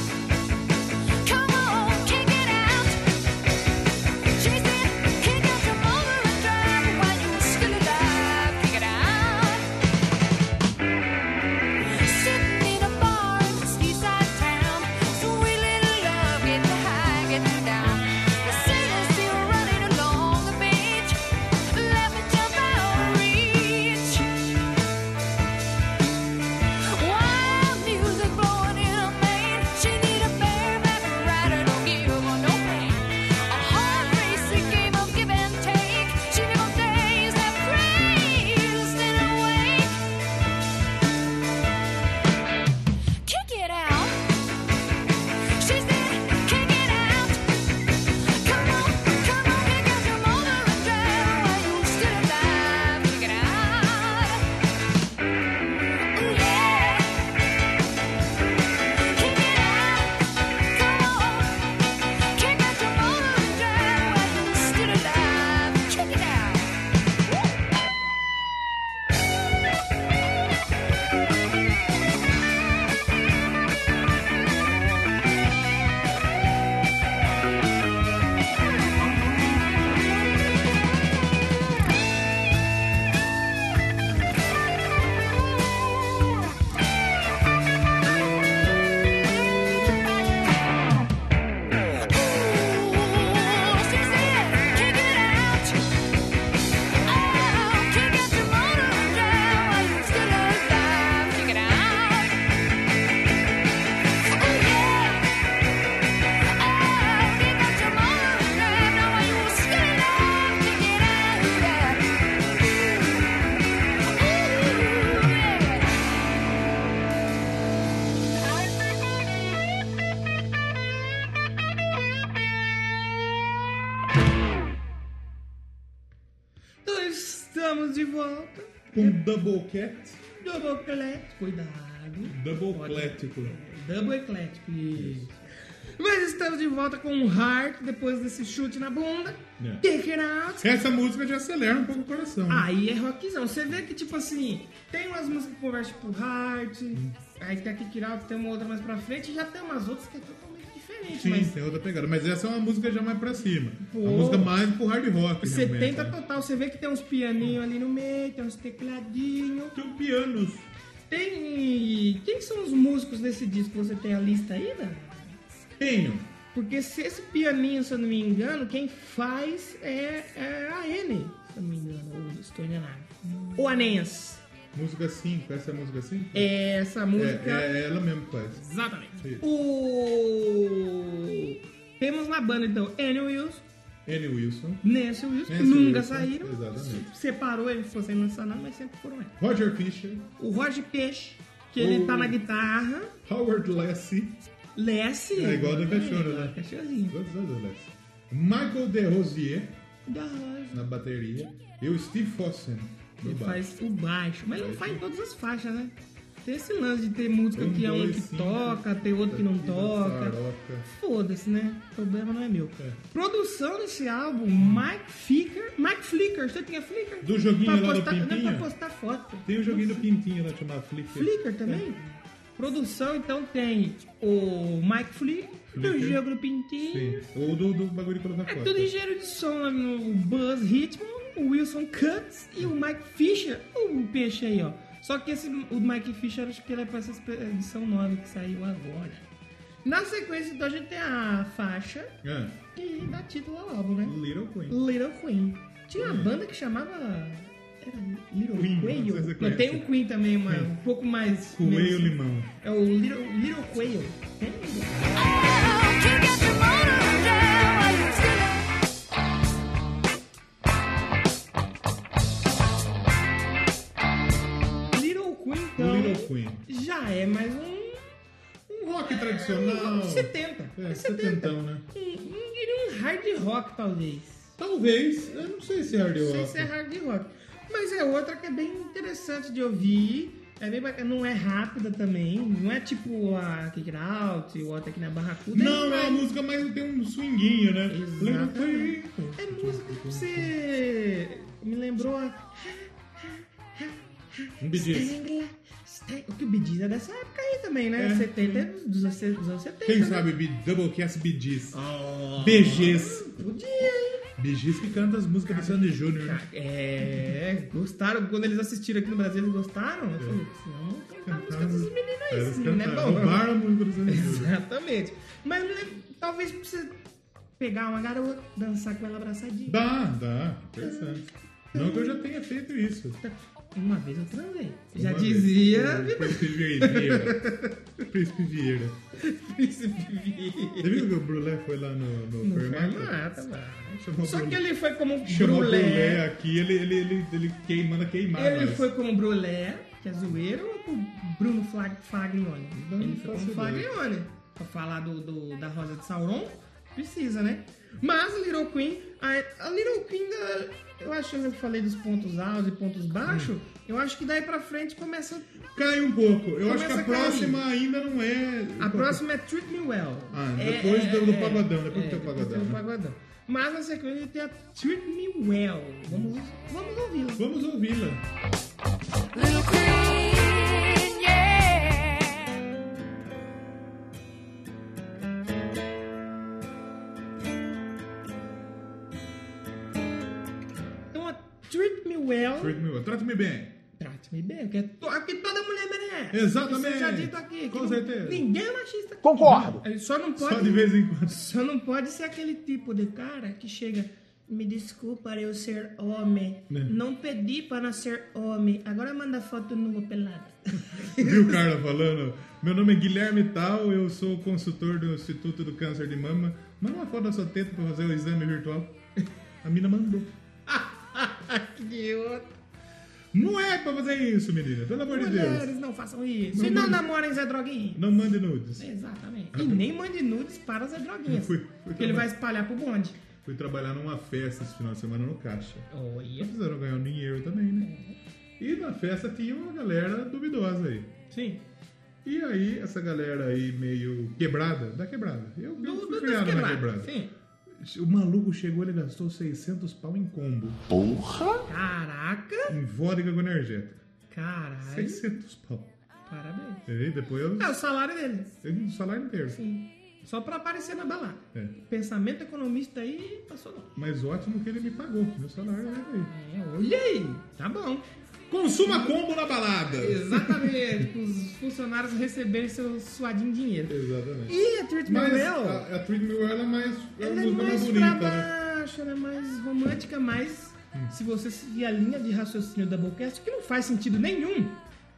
Speaker 5: come on, kick it out. Chase it, kick out your motor and drive while you're still alive. Kick it out. Sitting in a bar in this seaside town, sweet little love getting high, getting down. The sailors see her running along the beach, let me jump out and reach. Wild music blowing in her mane, she need a bareback rider, don't give her no pain. A hard racing game of give and take, she never days that crazed and awake. Kick it out. She said, kick it out. Come on, come on, pick up your motor and drive while you're still alive. Kick it out. Ooh, yeah. Kick it out. Come on. Kick out your motor and drive while you're still alive. Kick it out. She said, kick it out. Oh, kick out your motor and drive while you're still alive. Kick it out. Oh yeah. Oh, kick out your motor and drive now while you're still alive. Kick it out, yeah. Ooh, ooh, yeah.
Speaker 1: Então estamos de volta.
Speaker 2: Um double cat,
Speaker 1: Double Eclético. Cuidado.
Speaker 2: double atlético.
Speaker 1: Double Eclético. isso. Mas estamos de volta com o Heart depois desse chute na bunda.
Speaker 2: É.
Speaker 1: Kick it out.
Speaker 2: Essa música já acelera um pouco o coração. né?
Speaker 1: Aí é rockzão. Você vê que, tipo assim, tem umas músicas que conversam tipo Heart, aí tem a Kick It Out, tem uma outra mais pra frente, e já tem umas outras que é totalmente diferente.
Speaker 2: Sim,
Speaker 1: mas
Speaker 2: tem outra pegada. Mas essa é uma música já mais pra cima.
Speaker 1: Pô.
Speaker 2: Uma música mais pro hard rock. realmente,
Speaker 1: 70
Speaker 2: né?
Speaker 1: total. Você vê que tem uns pianinhos ali no meio, tem uns tecladinhos.
Speaker 2: Tem um pianos.
Speaker 1: Tem. Quem são os músicos desse disco? Você tem a lista ainda?
Speaker 2: Tenho.
Speaker 1: Porque se esse pianinho, se eu não me engano, quem faz é, é a N, se eu não me engano, ou estou enganado. Ou a Nenhas.
Speaker 2: Música 5, essa é a música 5?
Speaker 1: Essa música.
Speaker 2: é, é ela mesmo que faz.
Speaker 1: Exatamente.
Speaker 2: Isso.
Speaker 1: O. Temos na banda então Annie Wills,
Speaker 2: Annie Wilson,
Speaker 1: Nancy Wills,
Speaker 2: Nancy
Speaker 1: nunca
Speaker 2: Wilson,
Speaker 1: saíram.
Speaker 2: exatamente.
Speaker 1: Separou, eles fossem lançar nada, mas sempre foram eles.
Speaker 2: Roger Fisher,
Speaker 1: O Roger Peixe, que ele
Speaker 2: O-
Speaker 1: tá na guitarra.
Speaker 2: Howard Lassie,
Speaker 1: Lessie.
Speaker 2: É igual a da cachorra,
Speaker 1: igual
Speaker 2: né?
Speaker 1: a Cachorrinho.
Speaker 2: todos os dois Lassie. Michael DeRosier
Speaker 1: Da Roger.
Speaker 2: na bateria e o Steve Fossen no
Speaker 1: Ele
Speaker 2: baixo.
Speaker 1: faz o baixo. Mas ele não faz em todas as faixas, né? Tem esse lance de ter música
Speaker 2: Um,
Speaker 1: que é um
Speaker 2: dois,
Speaker 1: que
Speaker 2: cinco,
Speaker 1: toca, tem outro que não
Speaker 2: Aqui da
Speaker 1: toca.
Speaker 2: Saroca.
Speaker 1: Foda-se, né? O problema não é meu.
Speaker 2: É. Hum.
Speaker 1: Produção desse álbum, Mike Flicker. Mike Flicker, você tinha Flicker?
Speaker 2: Do joguinho
Speaker 1: pra
Speaker 2: lá do
Speaker 1: postar, Não,
Speaker 2: Pimpinha?
Speaker 1: pra postar foto.
Speaker 2: Tem o joguinho do Pintinho lá chamado Flicker. É.
Speaker 1: Flicker também? Produção, então, tem o Mike Flicker, do
Speaker 2: Flicker.
Speaker 1: jogo do Pintinho.
Speaker 2: Sim. Ou do, do bagulho de
Speaker 1: É
Speaker 2: plataforma.
Speaker 1: tudo engenheiro de som lá no Buzz Hitman, o Wilson Cutts e o Mike Fisher, o peixe aí, ó. Só que esse, o Mike Fisher, acho que ele é pra essa edição nova que saiu agora. Na sequência, então, a gente tem a faixa
Speaker 2: Ah,
Speaker 1: que dá título ao álbum, né?
Speaker 2: Little Queen.
Speaker 1: Little Queen. Tinha uma banda que chamava... Era Little
Speaker 2: Queen,
Speaker 1: Queen?
Speaker 2: não sei se você
Speaker 1: Não, tem um
Speaker 2: conhece.
Speaker 1: Queen também, uma, um pouco mais...
Speaker 2: Coelho
Speaker 1: menos-
Speaker 2: Limão.
Speaker 1: É o Little, Little Quail. Tem um- Little Queen, então,
Speaker 2: Little Queen.
Speaker 1: já é mais um...
Speaker 2: Um rock tradicional.
Speaker 1: 70.
Speaker 2: É,
Speaker 1: 70.
Speaker 2: 70, né?
Speaker 1: Um, um, diria um hard rock, talvez.
Speaker 2: Talvez. Eu não sei se é hard
Speaker 1: Não sei
Speaker 2: rock.
Speaker 1: se é hard rock. Mas é outra que é bem interessante de ouvir. É bem bacana. Não é rápida também. Não é tipo a Kick It Out ou até aqui na Barracuda.
Speaker 2: Não, é
Speaker 1: é
Speaker 2: uma música, mas tem um swinguinho, né?
Speaker 1: Exatamente.
Speaker 2: Little Queen.
Speaker 1: É música que você. Me lembrou a.
Speaker 2: Um BG.
Speaker 1: Stangla, Stang- O que o Bidiz é dessa época aí também, né?
Speaker 2: É.
Speaker 1: 70 dos anos 70.
Speaker 2: Quem
Speaker 1: né?
Speaker 2: sabe B Double Cast BGs.
Speaker 1: Ah.
Speaker 2: BGs.
Speaker 1: né? Podia, hein?
Speaker 2: BGs que canta as músicas do Sandy Júnior. né?
Speaker 1: É, gostaram. Quando eles assistiram aqui no Brasil, eles gostaram? Eu falei, não, cantar a música desses meninos aí,
Speaker 2: Elas
Speaker 1: esse menino é
Speaker 2: cantaram.
Speaker 1: bom.
Speaker 2: Roubaram a música do Sandy Júnior.
Speaker 1: Exatamente. Mas né, talvez pra você pegar uma garota, dançar com ela abraçadinha.
Speaker 2: Dá, dá. Interessante. Não que eu já tenha feito isso.
Speaker 1: Uma vez eu transei. Já
Speaker 2: Uma
Speaker 1: dizia
Speaker 2: vez. O Príncipe Vieira. Príncipe Vieira.
Speaker 1: Príncipe Vieira.
Speaker 2: Você viu que o Brulé foi lá no, no,
Speaker 1: Não foi
Speaker 2: Fermata?
Speaker 1: nada, mano.
Speaker 2: Chamou
Speaker 1: Só
Speaker 2: Brulé.
Speaker 1: que ele foi como
Speaker 2: Chamou o
Speaker 1: brulé.
Speaker 2: Brulé aqui, ele, ele, ele, ele queima, manda queimar.
Speaker 1: Ele
Speaker 2: nós.
Speaker 1: foi com o Brulé, que é zoeiro, ou com o Bruno Flag, Faglione?
Speaker 2: Não
Speaker 1: Ele foi com
Speaker 2: faço
Speaker 1: o Faglione. Pra falar do, do- da Rosa de Sauron, precisa, né? Mas a Little Queen, a, a Little Queen, da- eu acho que eu falei dos pontos altos e pontos baixos,
Speaker 2: Hum.
Speaker 1: eu acho que daí pra frente começa.
Speaker 2: Cai um pouco. Eu acho
Speaker 1: Começa
Speaker 2: que a
Speaker 1: a cair.
Speaker 2: próxima ainda não é.
Speaker 1: A próxima é Treat Me Well.
Speaker 2: Ah,
Speaker 1: É-
Speaker 2: depois
Speaker 1: é-
Speaker 2: do, do
Speaker 1: é-
Speaker 2: pagodão, depois do teu
Speaker 1: depois
Speaker 2: pagodão.
Speaker 1: tem o
Speaker 2: né?
Speaker 1: pagodão. Mas na sequência tem a Treat Me Well. Vamos, vamos ouvi-la.
Speaker 2: Vamos ouvi-la.
Speaker 4: Little Queen, yeah.
Speaker 1: Então a Treat Me Well.
Speaker 2: Treat me well. Trata-me bem.
Speaker 1: Trate-me bem, que é to- que toda mulher merece.
Speaker 2: Exatamente.
Speaker 1: Isso já dito aqui. que
Speaker 2: Com
Speaker 1: não-
Speaker 2: certeza.
Speaker 1: Ninguém é machista. aqui.
Speaker 7: Concordo.
Speaker 1: Ele só não pode.
Speaker 2: Só de vez em quando.
Speaker 1: só não pode ser aquele tipo de cara que chega. Me desculpa eu ser homem.
Speaker 2: É.
Speaker 1: Não pedi para nascer homem. Agora manda foto nua pelada.
Speaker 2: Viu o Carla falando? Meu nome é Guilherme Tal, eu sou consultor do Instituto do Câncer de Mama. Manda uma foto da sua teta pra fazer o exame virtual. A mina mandou.
Speaker 1: que idiota.
Speaker 2: Não é pra fazer isso, menina. Pelo amor de Deus.
Speaker 1: Mulheres, não façam isso.
Speaker 2: Não
Speaker 1: e não
Speaker 2: mande-
Speaker 1: namorem Zé Droguinha.
Speaker 2: Não mande nudes.
Speaker 1: Exatamente. E nem mande nudes para Zé Droguinha.
Speaker 2: Fui- fui
Speaker 1: Porque ele
Speaker 2: trabalhar.
Speaker 1: vai espalhar pro bonde.
Speaker 2: Fui trabalhar numa festa esse final de semana no caixa.
Speaker 1: Olha.
Speaker 2: Precisaram ganhar um dinheiro também, né? E na festa tinha uma galera duvidosa aí.
Speaker 1: Sim.
Speaker 2: E aí, essa galera aí meio quebrada, da quebrada. Eu, eu
Speaker 1: Do,
Speaker 2: fui
Speaker 1: do,
Speaker 2: criado
Speaker 1: das
Speaker 2: na
Speaker 1: quebradas.
Speaker 2: quebrada.
Speaker 1: Sim.
Speaker 2: O maluco chegou, ele gastou 600 pau em combo.
Speaker 1: Caraca.
Speaker 2: Em vodka com energética.
Speaker 1: Caralho.
Speaker 2: 600 pau.
Speaker 1: Parabéns.
Speaker 2: E aí, depois eu,
Speaker 1: É o salário dele.
Speaker 2: eu o salário inteiro.
Speaker 1: Sim. Só pra aparecer na balada.
Speaker 2: É.
Speaker 1: Pensamento economista aí passou não.
Speaker 2: Mas ótimo que ele me pagou. Meu salário era aí.
Speaker 1: É, olha aí. Tá bom.
Speaker 2: Consuma combo na balada!
Speaker 1: Exatamente. os funcionários receberem seu suadinho dinheiro.
Speaker 2: Exatamente.
Speaker 1: E a Treat Me
Speaker 2: Mas
Speaker 1: Well,
Speaker 2: a, a Treat Me Well é mais. É
Speaker 1: ela
Speaker 2: uma
Speaker 1: é
Speaker 2: música mais
Speaker 1: mais
Speaker 2: bonita,
Speaker 1: pra
Speaker 2: né?
Speaker 1: baixo, ela é mais romântica, mas se você seguir a linha de raciocínio da Doublecast, que não faz sentido nenhum.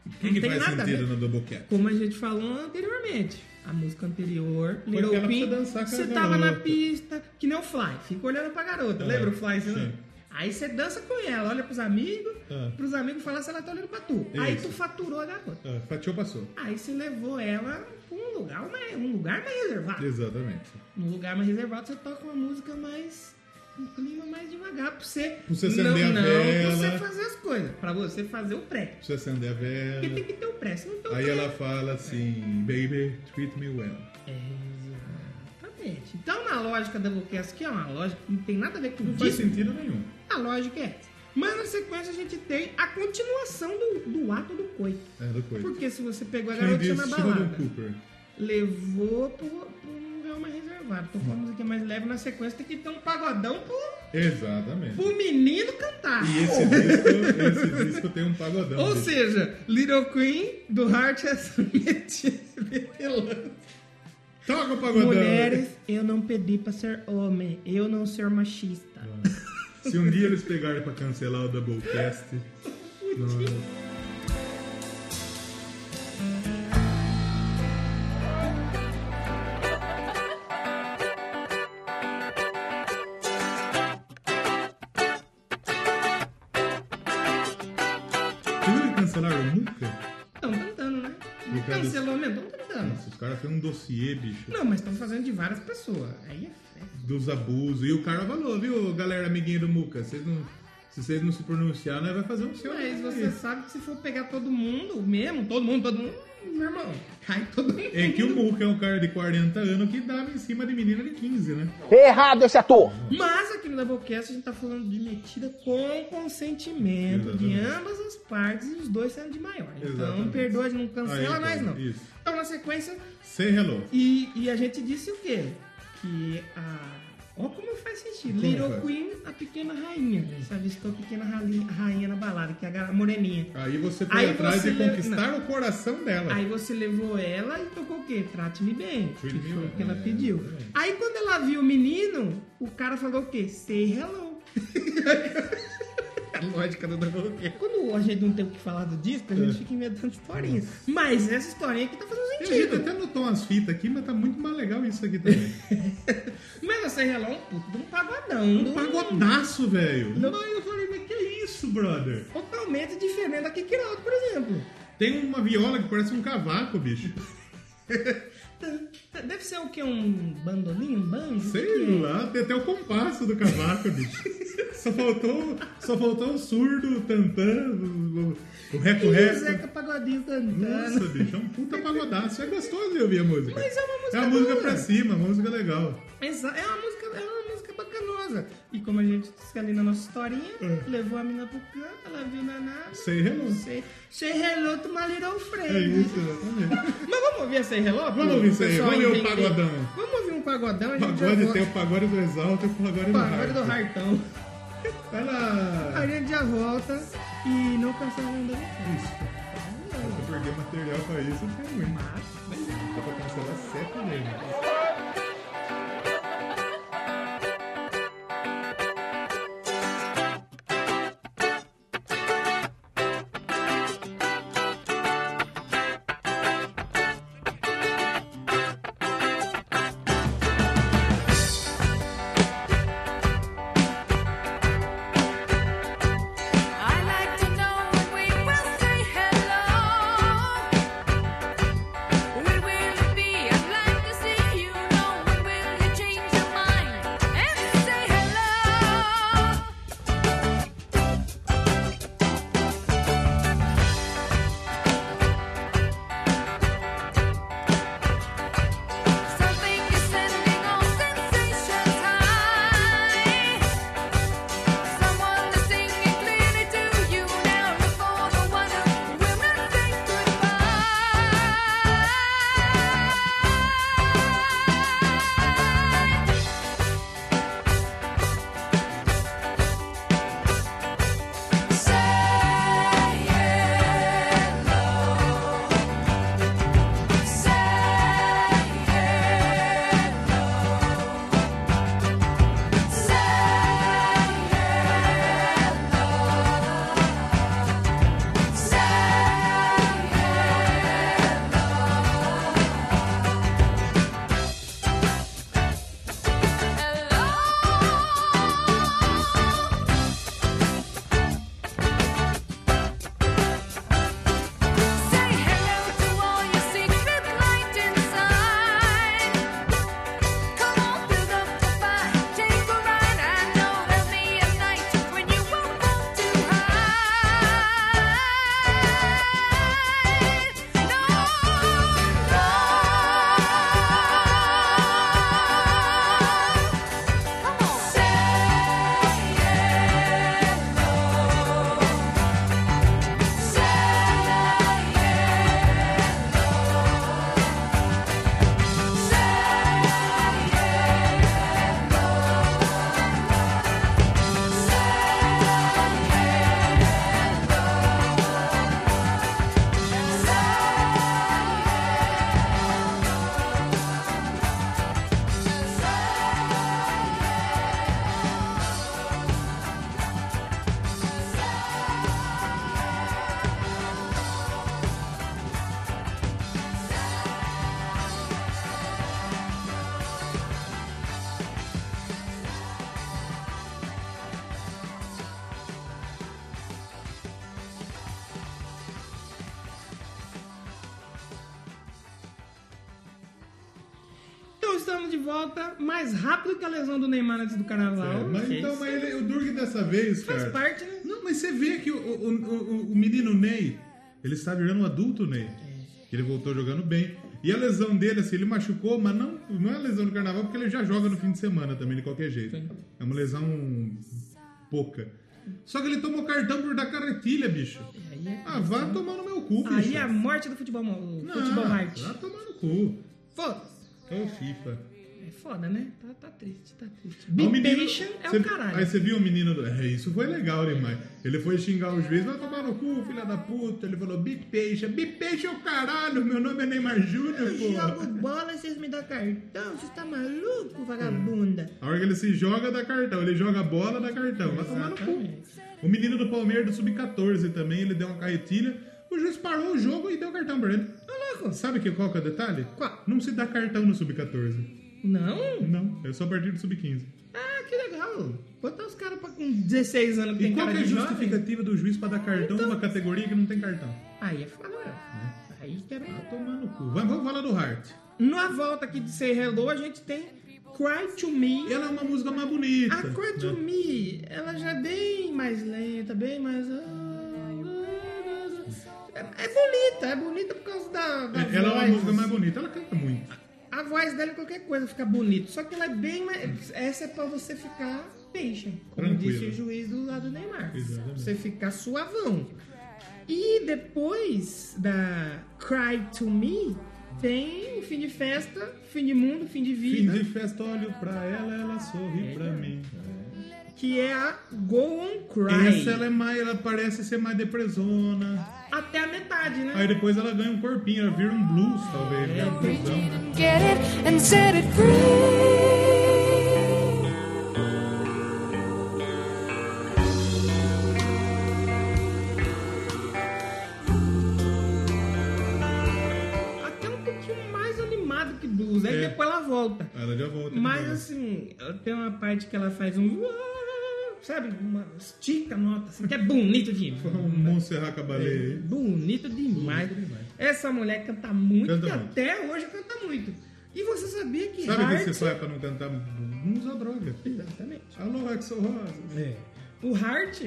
Speaker 2: O que,
Speaker 1: não
Speaker 2: que
Speaker 1: tem
Speaker 2: faz
Speaker 1: nada a ver.
Speaker 2: sentido no Doublecast?
Speaker 1: Como a gente falou anteriormente, a música anterior,
Speaker 2: aquela
Speaker 1: Little
Speaker 2: pra
Speaker 1: Queen,
Speaker 2: você dançar com a
Speaker 1: você tava
Speaker 2: garota.
Speaker 1: na pista, que nem o Fly, fica olhando pra garota,
Speaker 2: É,
Speaker 1: lembra o Fly? Você
Speaker 2: sim.
Speaker 1: lembra? Aí você dança com ela, olha pros amigos,
Speaker 2: É.
Speaker 1: pros amigos falar se ela tá olhando pra tu. Aí
Speaker 2: Isso.
Speaker 1: tu faturou a garota.
Speaker 2: Ah, fatiou, passou.
Speaker 1: Aí você levou ela pra um lugar, mais- um lugar mais reservado.
Speaker 2: Exatamente.
Speaker 1: Num lugar mais reservado, você toca uma música mais. um clima mais devagar, pra você.
Speaker 2: Pra você acender
Speaker 1: não,
Speaker 2: a
Speaker 1: não,
Speaker 2: vela.
Speaker 1: pra você fazer as coisas, pra você fazer o pré.
Speaker 2: Precisa acender a vela.
Speaker 1: Porque tem que ter o pré, se não tem o
Speaker 2: Aí
Speaker 1: pré.
Speaker 2: ela fala assim, baby, treat me well.
Speaker 1: Exatamente. Então, na lógica da Lucas, que é uma lógica que não tem nada a ver com
Speaker 2: Não faz
Speaker 1: disco,
Speaker 2: sentido nenhum.
Speaker 1: a lógica é essa. Mas na sequência a gente tem a continuação do, do ato do coito.
Speaker 2: É, do coisa.
Speaker 1: Porque se você pegou a
Speaker 2: Quem
Speaker 1: garotinha
Speaker 2: diz
Speaker 1: na
Speaker 2: Sheldon
Speaker 1: balada,
Speaker 2: Cooper.
Speaker 1: levou pro, pro um lugar mais reservado, tocou uma música mais leve, na sequência tem que ter um pagodão pro,
Speaker 2: Exatamente.
Speaker 1: pro menino cantar.
Speaker 2: E esse disco, esse disco tem um pagodão.
Speaker 1: Ou
Speaker 2: bicho.
Speaker 1: seja, Little Queen do Heart é essa metelã.
Speaker 2: toca o pagodão.
Speaker 1: Mulheres, eu não pedi pra ser homem, eu não ser machista.
Speaker 2: Se um dia eles pegarem pra cancelar o Doublecast. não- Vocês viram que cancelaram nunca?
Speaker 1: Estão tentando, né? Não
Speaker 2: Ricardo-
Speaker 1: cancelou mesmo, estão tentando.
Speaker 2: Nossa, os caras têm um dossiê, bicho,
Speaker 1: Não, mas estão fazendo de várias pessoas. Aí é fé.
Speaker 2: dos abusos. E o cara falou, viu, galera amiguinha do Muca? Vocês não, se vocês não se pronunciar, nós vai fazer um seu.
Speaker 1: Mas
Speaker 2: aí."
Speaker 1: você sabe que se for pegar todo mundo mesmo, todo mundo, todo mundo, meu irmão, cai todo mundo.
Speaker 2: É que o Muca é um cara de 40 anos que dava em cima de menina de 15, né?
Speaker 7: Errado esse ator!
Speaker 1: Mas aqui no Doublecast a gente tá falando de metida com consentimento de
Speaker 2: Exatamente.
Speaker 1: ambas as partes e os dois sendo de maior. Então
Speaker 2: Exatamente.
Speaker 1: perdoa, a gente não cancela
Speaker 2: Aí,
Speaker 1: mais
Speaker 2: então,
Speaker 1: não.
Speaker 2: isso.
Speaker 1: Então na sequência,
Speaker 2: Say hello.
Speaker 1: e, e a gente disse o quê? Que a. Olha como faz sentido.
Speaker 2: Como
Speaker 1: Little
Speaker 2: faz?
Speaker 1: Queen, a pequena rainha. Você avistou a pequena rali- rainha na balada, que é a gar- moreninha.
Speaker 2: Aí você foi
Speaker 1: Aí
Speaker 2: atrás
Speaker 1: você
Speaker 2: de
Speaker 1: le-
Speaker 2: conquistar o coração dela.
Speaker 1: Aí você levou ela e tocou o quê? Trate-me bem. Que
Speaker 2: Treat me
Speaker 1: foi o
Speaker 2: well.
Speaker 1: que ela
Speaker 2: É,
Speaker 1: pediu.
Speaker 2: exatamente.
Speaker 1: Aí quando ela viu o menino, o cara falou o quê? Say hello.
Speaker 2: a lógica do Doublecast.
Speaker 1: Quando a gente não tem o que falar do disco, a gente
Speaker 2: É.
Speaker 1: fica inventando historinhas. Mas essa historinha aqui tá fazendo
Speaker 2: A gente
Speaker 1: sentido.
Speaker 2: até notou umas fitas aqui, mas tá muito mais legal isso aqui também.
Speaker 1: Mas o Say Hello é um puto de um pagodão. de
Speaker 2: Um pagodaço, velho.
Speaker 1: Não.
Speaker 2: Mas eu falei, mas que é isso, brother?
Speaker 1: Totalmente diferente da Kiki Lauda, por exemplo.
Speaker 2: Tem uma viola que parece um cavaco, bicho.
Speaker 1: Deve ser o quê? Um bandolim? Um banjo? O que
Speaker 2: Sei
Speaker 1: que é?
Speaker 2: lá, tem até o compasso do cavaco, bicho. Só faltou, só faltou o surdo, o tantã, o- o- o
Speaker 1: E o
Speaker 2: reco-reco.
Speaker 1: Zeca Pagodinho cantando.
Speaker 2: Nossa, bicho, é um puta pagodaço. É gostoso de ouvir a música.
Speaker 1: Mas é uma música
Speaker 2: É uma música
Speaker 1: boa.
Speaker 2: pra cima, uma música é legal.
Speaker 1: Exa- É uma música, é uma música bacanosa. E como a gente disse ali na nossa historinha,
Speaker 2: É.
Speaker 1: levou a mina pro canto, ela viu na nave.
Speaker 2: Sem relógio.
Speaker 1: Say, say hello to my little friend.
Speaker 2: É isso, exatamente.
Speaker 1: Mas vamos ouvir essa relógio?
Speaker 2: Vamos ouvir essa aí, vamos ouvir o pagodão.
Speaker 1: Vamos ouvir um pagodão, a gente já
Speaker 2: Pagode
Speaker 1: volta.
Speaker 2: tem o pagode do exalto e o pagode do
Speaker 1: Pagode do
Speaker 2: harto.
Speaker 1: Hartão.
Speaker 2: Vai lá.
Speaker 1: A gente já volta e não cancela né? ainda.
Speaker 2: Isso. Porque material pra isso tem muito. Dá pra cancelar sete dele.
Speaker 5: I like to know when we will say hello. We will be alive.
Speaker 1: Então, estamos de volta mais rápido que a lesão do Neymar antes do carnaval.
Speaker 2: Mas então, mas ele- o Durg dessa vez,
Speaker 1: Ah, Faz
Speaker 2: cara.
Speaker 1: parte, né?
Speaker 2: Não, mas você vê que o, o, o, o menino Ney, ele está virando um adulto Ney. Ele voltou jogando bem. E a lesão dele, assim, ele machucou, mas não, não é a lesão do carnaval, porque ele já joga no fim de semana também, de qualquer jeito. É uma lesão pouca. Só que ele tomou cartão por dar carretilha, bicho.
Speaker 1: Aí é-
Speaker 2: Ah, vá tomar no meu cu, bicho.
Speaker 1: Aí é a morte do futebol, mo-
Speaker 2: Não,
Speaker 1: futebol hard.
Speaker 2: vá tomar no cu.
Speaker 1: Foda-se.
Speaker 2: É o FIFA.
Speaker 1: É foda, né? Tá, tá triste, tá triste.
Speaker 2: Aí
Speaker 1: Be
Speaker 2: o menino-
Speaker 1: patient é
Speaker 2: cê-
Speaker 1: o caralho.
Speaker 2: Aí você viu o menino. do- É, isso foi legal demais. Ele foi xingar o juiz, vai tomar no cu, filha da puta. Ele falou, Big Peixe. Big Peixe é o caralho, meu nome é Neymar Júnior,
Speaker 1: Jogo
Speaker 2: pô.
Speaker 1: bola e vocês me dão cartão, vocês tá maluco, vagabunda.
Speaker 2: A hora que ele se joga, dá cartão. Ele joga a bola, dá cartão. Vai tomar no cu. O menino do Palmeiras, do Sub-14 também, ele deu uma carretilha. O juiz parou o jogo e deu cartão pra ele. Tá Sabe que, qual que é o detalhe?
Speaker 1: Qual?
Speaker 2: Não se dá cartão no Sub-14.
Speaker 1: Não?
Speaker 2: Não, é só a partir do Sub-15.
Speaker 1: Ah, que legal. Botar os caras pra- com 16 anos que
Speaker 2: E
Speaker 1: tem
Speaker 2: qual
Speaker 1: cara
Speaker 2: que é
Speaker 1: de
Speaker 2: a
Speaker 1: jovem.
Speaker 2: justificativa do juiz pra dar cartão
Speaker 1: Então-
Speaker 2: numa categoria que não tem cartão?
Speaker 1: Aí é foda. Aí que é
Speaker 2: Tá tomando o cu. Vai- Vamos falar do Heart.
Speaker 1: Na volta aqui de Say Hello, a gente tem Cry To Me.
Speaker 2: Ela é uma música mais bonita. Né?
Speaker 1: A Cry To Me, ela já é bem mais lenta, bem mais... ah, É é bonita, é bonita por causa da, da
Speaker 2: É, Ela é uma
Speaker 1: voz.
Speaker 2: música mais bonita. Ela canta muito.
Speaker 1: A voz dela, é qualquer coisa, fica bonito. Só que ela é bem mais. Essa é pra você ficar patient, como
Speaker 2: Tranquilo.
Speaker 1: disse o juiz do lado do Neymar.
Speaker 2: Exatamente.
Speaker 1: Você ficar suavão. E depois da Cry to Me, tem o fim de festa, fim de mundo, fim de
Speaker 2: Fim
Speaker 1: vida,
Speaker 2: de festa, olho pra ela, ela sorri pra mim.
Speaker 1: que é a Go On Cry.
Speaker 2: Essa ela é mais, ela parece ser mais depresona.
Speaker 1: Até a metade, né?
Speaker 2: Aí depois ela ganha um corpinho, ela vira um blues, talvez. né? Um bluesão.
Speaker 5: Get it and set it free.
Speaker 1: Até um pouquinho mais animado que blues. Aí
Speaker 2: É.
Speaker 1: depois ela volta.
Speaker 2: Ela já volta.
Speaker 1: Mas
Speaker 2: de novo.
Speaker 1: assim, ela tem uma parte que ela faz um. Sabe? Uma estica a nota, assim, que é bonito demais.
Speaker 2: Um Montserrat Caballé
Speaker 1: é.
Speaker 2: aí.
Speaker 1: Bonito demais. Essa mulher canta muito,
Speaker 2: Canta
Speaker 1: e
Speaker 2: muito.
Speaker 1: até hoje canta muito. E você sabia que
Speaker 2: Sabe o
Speaker 1: Heart.
Speaker 2: que você faz pra não cantar? Não usa droga.
Speaker 1: Exatamente.
Speaker 2: Alô, Axel Rosa.
Speaker 1: O Heart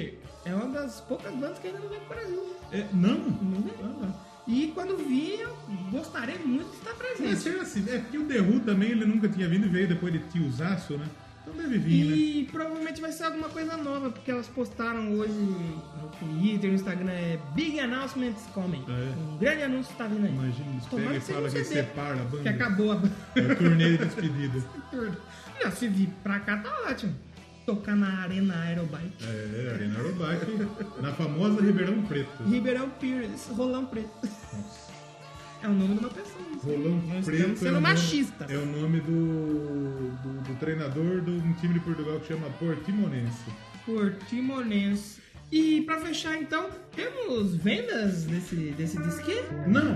Speaker 1: é uma das poucas bandas que ainda não vem pro Brasil.
Speaker 2: É, não?
Speaker 1: Não vem. E quando vir, eu gostaria muito de estar
Speaker 2: Mas
Speaker 1: presente.
Speaker 2: será assim? É porque o The Who também ele nunca tinha vindo e veio depois de Tiozaço, né? Então deve vir, né?
Speaker 1: E provavelmente vai ser alguma coisa nova, porque elas postaram hoje no Twitter, no Instagram, é Big Announcements Coming.
Speaker 2: É.
Speaker 1: Um grande anúncio tá vindo aí.
Speaker 2: Imagina, eles
Speaker 1: Tomara
Speaker 2: pegam e
Speaker 1: que seja
Speaker 2: falam
Speaker 1: um CD,
Speaker 2: que separa a banda.
Speaker 1: Que acabou a banda.
Speaker 2: É o torneio de despedida.
Speaker 1: Não, se vir pra cá tá ótimo. Tocar na Arena Aerobike.
Speaker 2: É, Arena Aerobike, na famosa Ribeirão Preto.
Speaker 1: Ribeirão Pires, Rolão Preto. É o nome de uma pessoa. isso.
Speaker 2: Rolão
Speaker 1: Nós
Speaker 2: Preto
Speaker 1: estamos sendo
Speaker 2: é o nome-
Speaker 1: machistas.
Speaker 2: é o nome do, do, do treinador de um time de Portugal que chama Portimonense.
Speaker 1: Portimonense. E pra fechar então, temos vendas desse, desse disque?
Speaker 2: Não!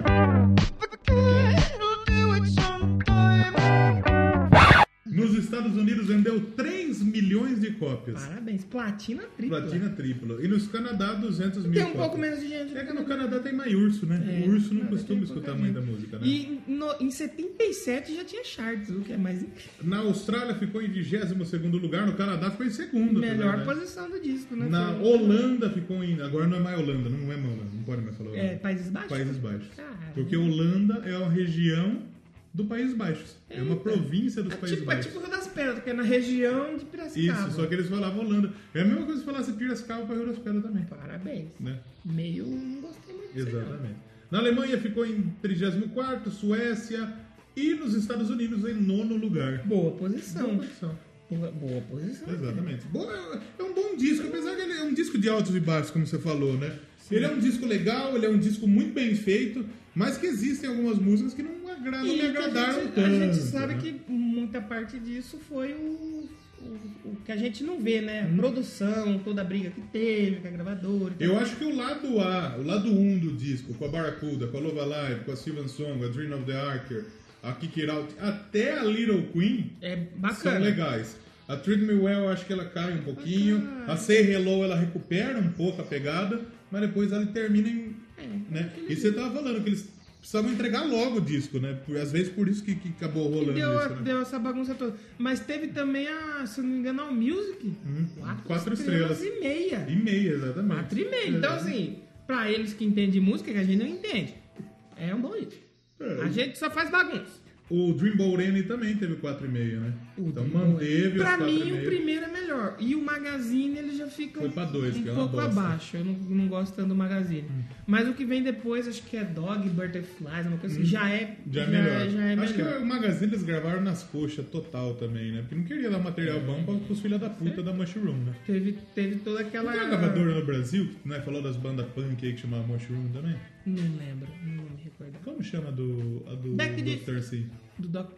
Speaker 2: Nos Estados Unidos vendeu 3 milhões de cópias.
Speaker 1: Parabéns, platina tripla.
Speaker 2: Platina tripla. E nos Canadá, 200 mil
Speaker 1: Tem um
Speaker 2: cópias.
Speaker 1: pouco menos de gente.
Speaker 2: É que no Canadá tem mais urso, né?
Speaker 1: É,
Speaker 2: o urso não
Speaker 1: cara,
Speaker 2: costuma
Speaker 1: tem
Speaker 2: escutar
Speaker 1: pouca
Speaker 2: muita
Speaker 1: gente.
Speaker 2: música, né?
Speaker 1: E no- em 77 já tinha charts, o que é mais incrível.
Speaker 2: Na Austrália ficou em 22º lugar, no Canadá ficou em segundo.
Speaker 1: melhor
Speaker 2: apesar, né?
Speaker 1: posição do disco, né?
Speaker 2: Na
Speaker 1: Foi-
Speaker 2: Holanda ficou em... Agora não é mais Holanda, não é mais Holanda, não pode mais falar Holanda.
Speaker 1: É, Países Baixos? Ah,
Speaker 2: Países Baixos.
Speaker 1: Caralho.
Speaker 2: Porque Holanda é uma região do Países Baixos. É uma
Speaker 1: Eita.
Speaker 2: província dos
Speaker 1: É
Speaker 2: Países
Speaker 1: tipo, é
Speaker 2: Baixos.
Speaker 1: tipo Rio das Pedras, que é na região de Piracicaba.
Speaker 2: Isso, só que eles falavam Holanda. É a mesma coisa se falasse Piracicaba para Rio das Pedras também,
Speaker 1: Parabéns.
Speaker 2: né?
Speaker 1: Meio não gostei muito disso aí, não.
Speaker 2: Exatamente. Na Alemanha ficou em 34, Suécia e nos Estados Unidos em nono lugar.
Speaker 1: Boa posição.
Speaker 2: Boa posição.
Speaker 1: Boa, boa posição.
Speaker 2: Exatamente. Boa- é um bom disco, apesar que ele é um disco de altos e baixos, como você falou, né? Ele é um disco legal, ele é um disco muito bem feito, mas que existem algumas músicas que não, agra- não
Speaker 1: E
Speaker 2: me
Speaker 1: que a,
Speaker 2: agradaram
Speaker 1: gente,
Speaker 2: tanto.
Speaker 1: a gente sabe
Speaker 2: né?
Speaker 1: que muita parte disso foi o, o, o que a gente não vê, né? A
Speaker 2: Uhum.
Speaker 1: produção, toda a briga que teve com a gravadora. e tal.
Speaker 2: Eu acho que o lado A, o lado 1 do disco, com a Barracuda, com a Lova Live, com a Sylvan Song, a Dream of the Archer, a Kick It Out, até a Little Queen,
Speaker 1: É
Speaker 2: são
Speaker 1: bacana.
Speaker 2: legais. A Treat Me Well eu acho que ela cai um pouquinho.
Speaker 1: Uhum.
Speaker 2: A Say Hello ela
Speaker 1: É,
Speaker 2: recupera um pouco a pegada, mas depois ela termina em. né? E você tava falando que eles precisavam entregar logo o disco, né? Por- às vezes por isso que, que acabou
Speaker 1: E
Speaker 2: rolando
Speaker 1: deu,
Speaker 2: isso, né?
Speaker 1: deu essa bagunça toda. Mas teve também a, se eu não me engano, a Music. Quatro,
Speaker 2: Uhum. quatro
Speaker 1: estrelas,
Speaker 2: estrelas.
Speaker 1: e meia.
Speaker 2: E meia, exatamente.
Speaker 1: Quatro e meia. Então,
Speaker 2: É.
Speaker 1: assim, pra eles que entendem de música, que a gente não entende. É um bom hit.
Speaker 2: É.
Speaker 1: A gente só faz bagunça.
Speaker 2: O Dream Bourne também teve 4,5, né?
Speaker 1: O
Speaker 2: então
Speaker 1: Dream
Speaker 2: manteve
Speaker 1: Uhum. Pra
Speaker 2: os 4,5.
Speaker 1: mim, o primeiro é melhor. E o Magazine, ele já fica
Speaker 2: Foi
Speaker 1: um,
Speaker 2: pra dois,
Speaker 1: um
Speaker 2: que é uma
Speaker 1: pouco
Speaker 2: bosta. Hum.
Speaker 1: abaixo. Eu não, não gosto tanto do Magazine. Mas o que vem depois, acho que é Dog, Butterflies, uma coisa assim. Já é,
Speaker 2: Já é melhor.
Speaker 1: já é
Speaker 2: Acho que
Speaker 1: melhor.
Speaker 2: o Magazine eles gravaram nas coxas total também, né? Porque não queria dar
Speaker 1: É.
Speaker 2: material bom pra, pros filha da puta da Mushroom, né?
Speaker 1: Teve, teve toda
Speaker 2: Não
Speaker 1: aquela...
Speaker 2: tem um uma gravadora no Brasil que né, falou das bandas punk aí que chamava Mushroom também?
Speaker 1: Não lembro, não vou me recordar.
Speaker 2: Como chama a do, a do
Speaker 1: Back
Speaker 2: do
Speaker 1: de-
Speaker 2: Thursday?
Speaker 1: Do Doc...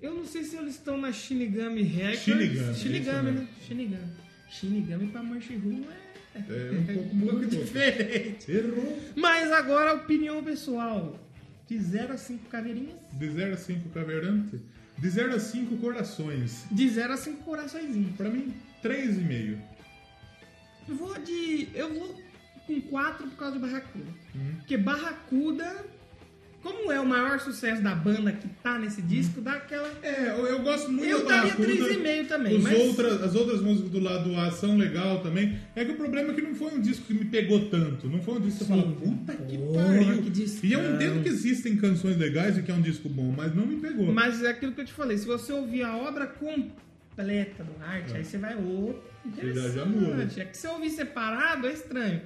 Speaker 1: Eu não sei se eles estão na Shinigami Records.
Speaker 2: Shinigami,
Speaker 1: Shinigami,
Speaker 2: isso
Speaker 1: né? Shinigami. Shinigami pra Mushroom é...
Speaker 2: É um pouco,
Speaker 1: um pouco
Speaker 2: muito pouco.
Speaker 1: diferente.
Speaker 2: Errou!
Speaker 1: Mas agora, a opinião pessoal. De 0 a 5 caveirinhas.
Speaker 2: De 0 a 5 Caverante? De 0 a 5 Corações.
Speaker 1: De 0 a 5 coraçõezinhos.
Speaker 2: Pra mim, 3,5.
Speaker 1: Eu vou de... Eu vou com 4 por causa de Barracuda.
Speaker 2: Hum.
Speaker 1: Porque Barracuda... Como é o maior sucesso da banda que tá nesse disco, dá aquela...
Speaker 2: É, eu, eu gosto muito
Speaker 1: Eu
Speaker 2: do
Speaker 1: daria
Speaker 2: Barracuda.
Speaker 1: 3,5 também,
Speaker 2: Os
Speaker 1: mas-
Speaker 2: outras, as outras músicas do lado A são legal também. É que o problema é que não foi um disco que me pegou tanto. Não foi um disco que eu falo, puta que
Speaker 1: Porra,
Speaker 2: pariu.
Speaker 1: que discão.
Speaker 2: e eu entendo que existem canções legais e que é um disco bom, mas não me pegou.
Speaker 1: Mas é aquilo que eu te falei, se você ouvir a obra completa do arte, aí você vai, ô,
Speaker 2: Verdade, É. já
Speaker 1: interessante.
Speaker 2: muda.
Speaker 1: É que se eu ouvir separado, é estranho.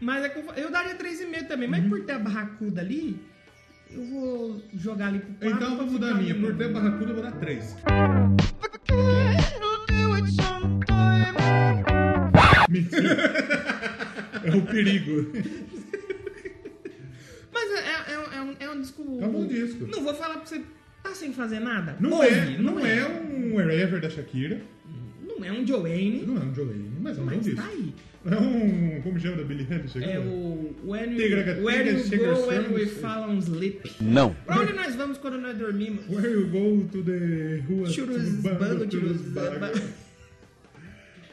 Speaker 1: Mas é que eu, fa- eu daria 3,5 também,
Speaker 2: Uhum.
Speaker 1: mas por ter a barracuda ali, eu vou jogar ali pro 4.
Speaker 2: Então eu vou mudar a minha. Por ter Barracuda, eu vou dar 3. Mentira. É
Speaker 1: um
Speaker 2: o perigo.
Speaker 1: Mas é, é- é- é um, é um disco...
Speaker 2: É um bom disco.
Speaker 1: Não vou falar pra você, tá sem fazer nada?
Speaker 2: Não
Speaker 1: Ouve,
Speaker 2: é, não é. um Wherever da Shakira.
Speaker 1: Não é um Joe Wayne,
Speaker 2: Não é um Joey, mas é um bom
Speaker 1: mas
Speaker 2: disco.
Speaker 1: tá aí.
Speaker 2: É um. Como chama da Billy Eilish?
Speaker 1: É
Speaker 2: agora?
Speaker 1: o When
Speaker 2: Tigra-
Speaker 1: You, where you
Speaker 2: Tigra-
Speaker 1: Go When
Speaker 2: Tigra-
Speaker 1: We Fall on Sleep.
Speaker 6: Não.
Speaker 1: Pra onde nós vamos quando nós dormimos?
Speaker 2: Where you go to the rua
Speaker 1: Churusbango,
Speaker 2: Turubamba,
Speaker 1: churusbamba.
Speaker 2: Turusbaga.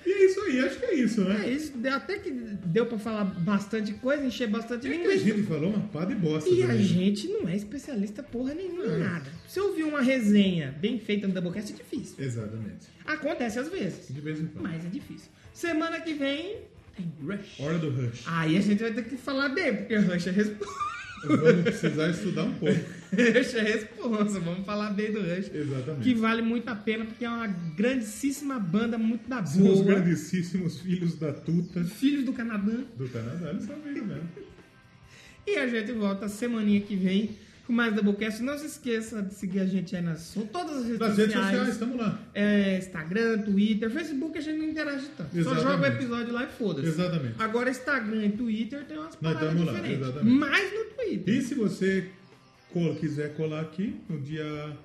Speaker 2: E é isso aí, acho que é isso, né?
Speaker 1: É isso, deu- até que deu pra falar bastante coisa, encher bastante
Speaker 2: É que a
Speaker 1: linguiça.
Speaker 2: gente falou uma pá de bosta.
Speaker 1: E a
Speaker 2: também. É.
Speaker 1: gente não é especialista porra nenhuma em nada. Se eu ouvir uma resenha bem feita no Doublecast, é difícil.
Speaker 2: Exatamente.
Speaker 1: Acontece às vezes,
Speaker 2: De vez em quando.
Speaker 1: mas é difícil. Semana que vem tem Rush.
Speaker 2: Hora do rush.
Speaker 1: Aí a gente vai ter que falar dele, porque Rush é responsa.
Speaker 2: Vamos precisar estudar um pouco.
Speaker 1: Rush é responsa, vamos falar bem do Rush.
Speaker 2: Exatamente.
Speaker 1: Que vale muito a pena, porque é uma grandíssima banda, muito da
Speaker 2: São os
Speaker 1: boa.
Speaker 2: grandíssimos filhos da tuta
Speaker 1: Filhos do Canadã.
Speaker 2: do Canadá, eles são amigos mesmo.
Speaker 1: E a gente volta semaninha que vem com mais Doublecast. Não se esqueça de seguir a gente aí nas so- todas as redes
Speaker 2: Nas redes
Speaker 1: sociais.
Speaker 2: sociais, estamos lá.
Speaker 1: É, Instagram, Twitter, Facebook, a gente não interage tanto.
Speaker 2: Exatamente.
Speaker 1: Só joga o episódio lá e foda-se.
Speaker 2: Exatamente.
Speaker 1: Agora Instagram e Twitter tem umas
Speaker 2: Nós
Speaker 1: paradas
Speaker 2: tamo lá,
Speaker 1: diferentes.
Speaker 2: exatamente.
Speaker 1: Mais no Twitter.
Speaker 2: E se você col- quiser colar aqui no dia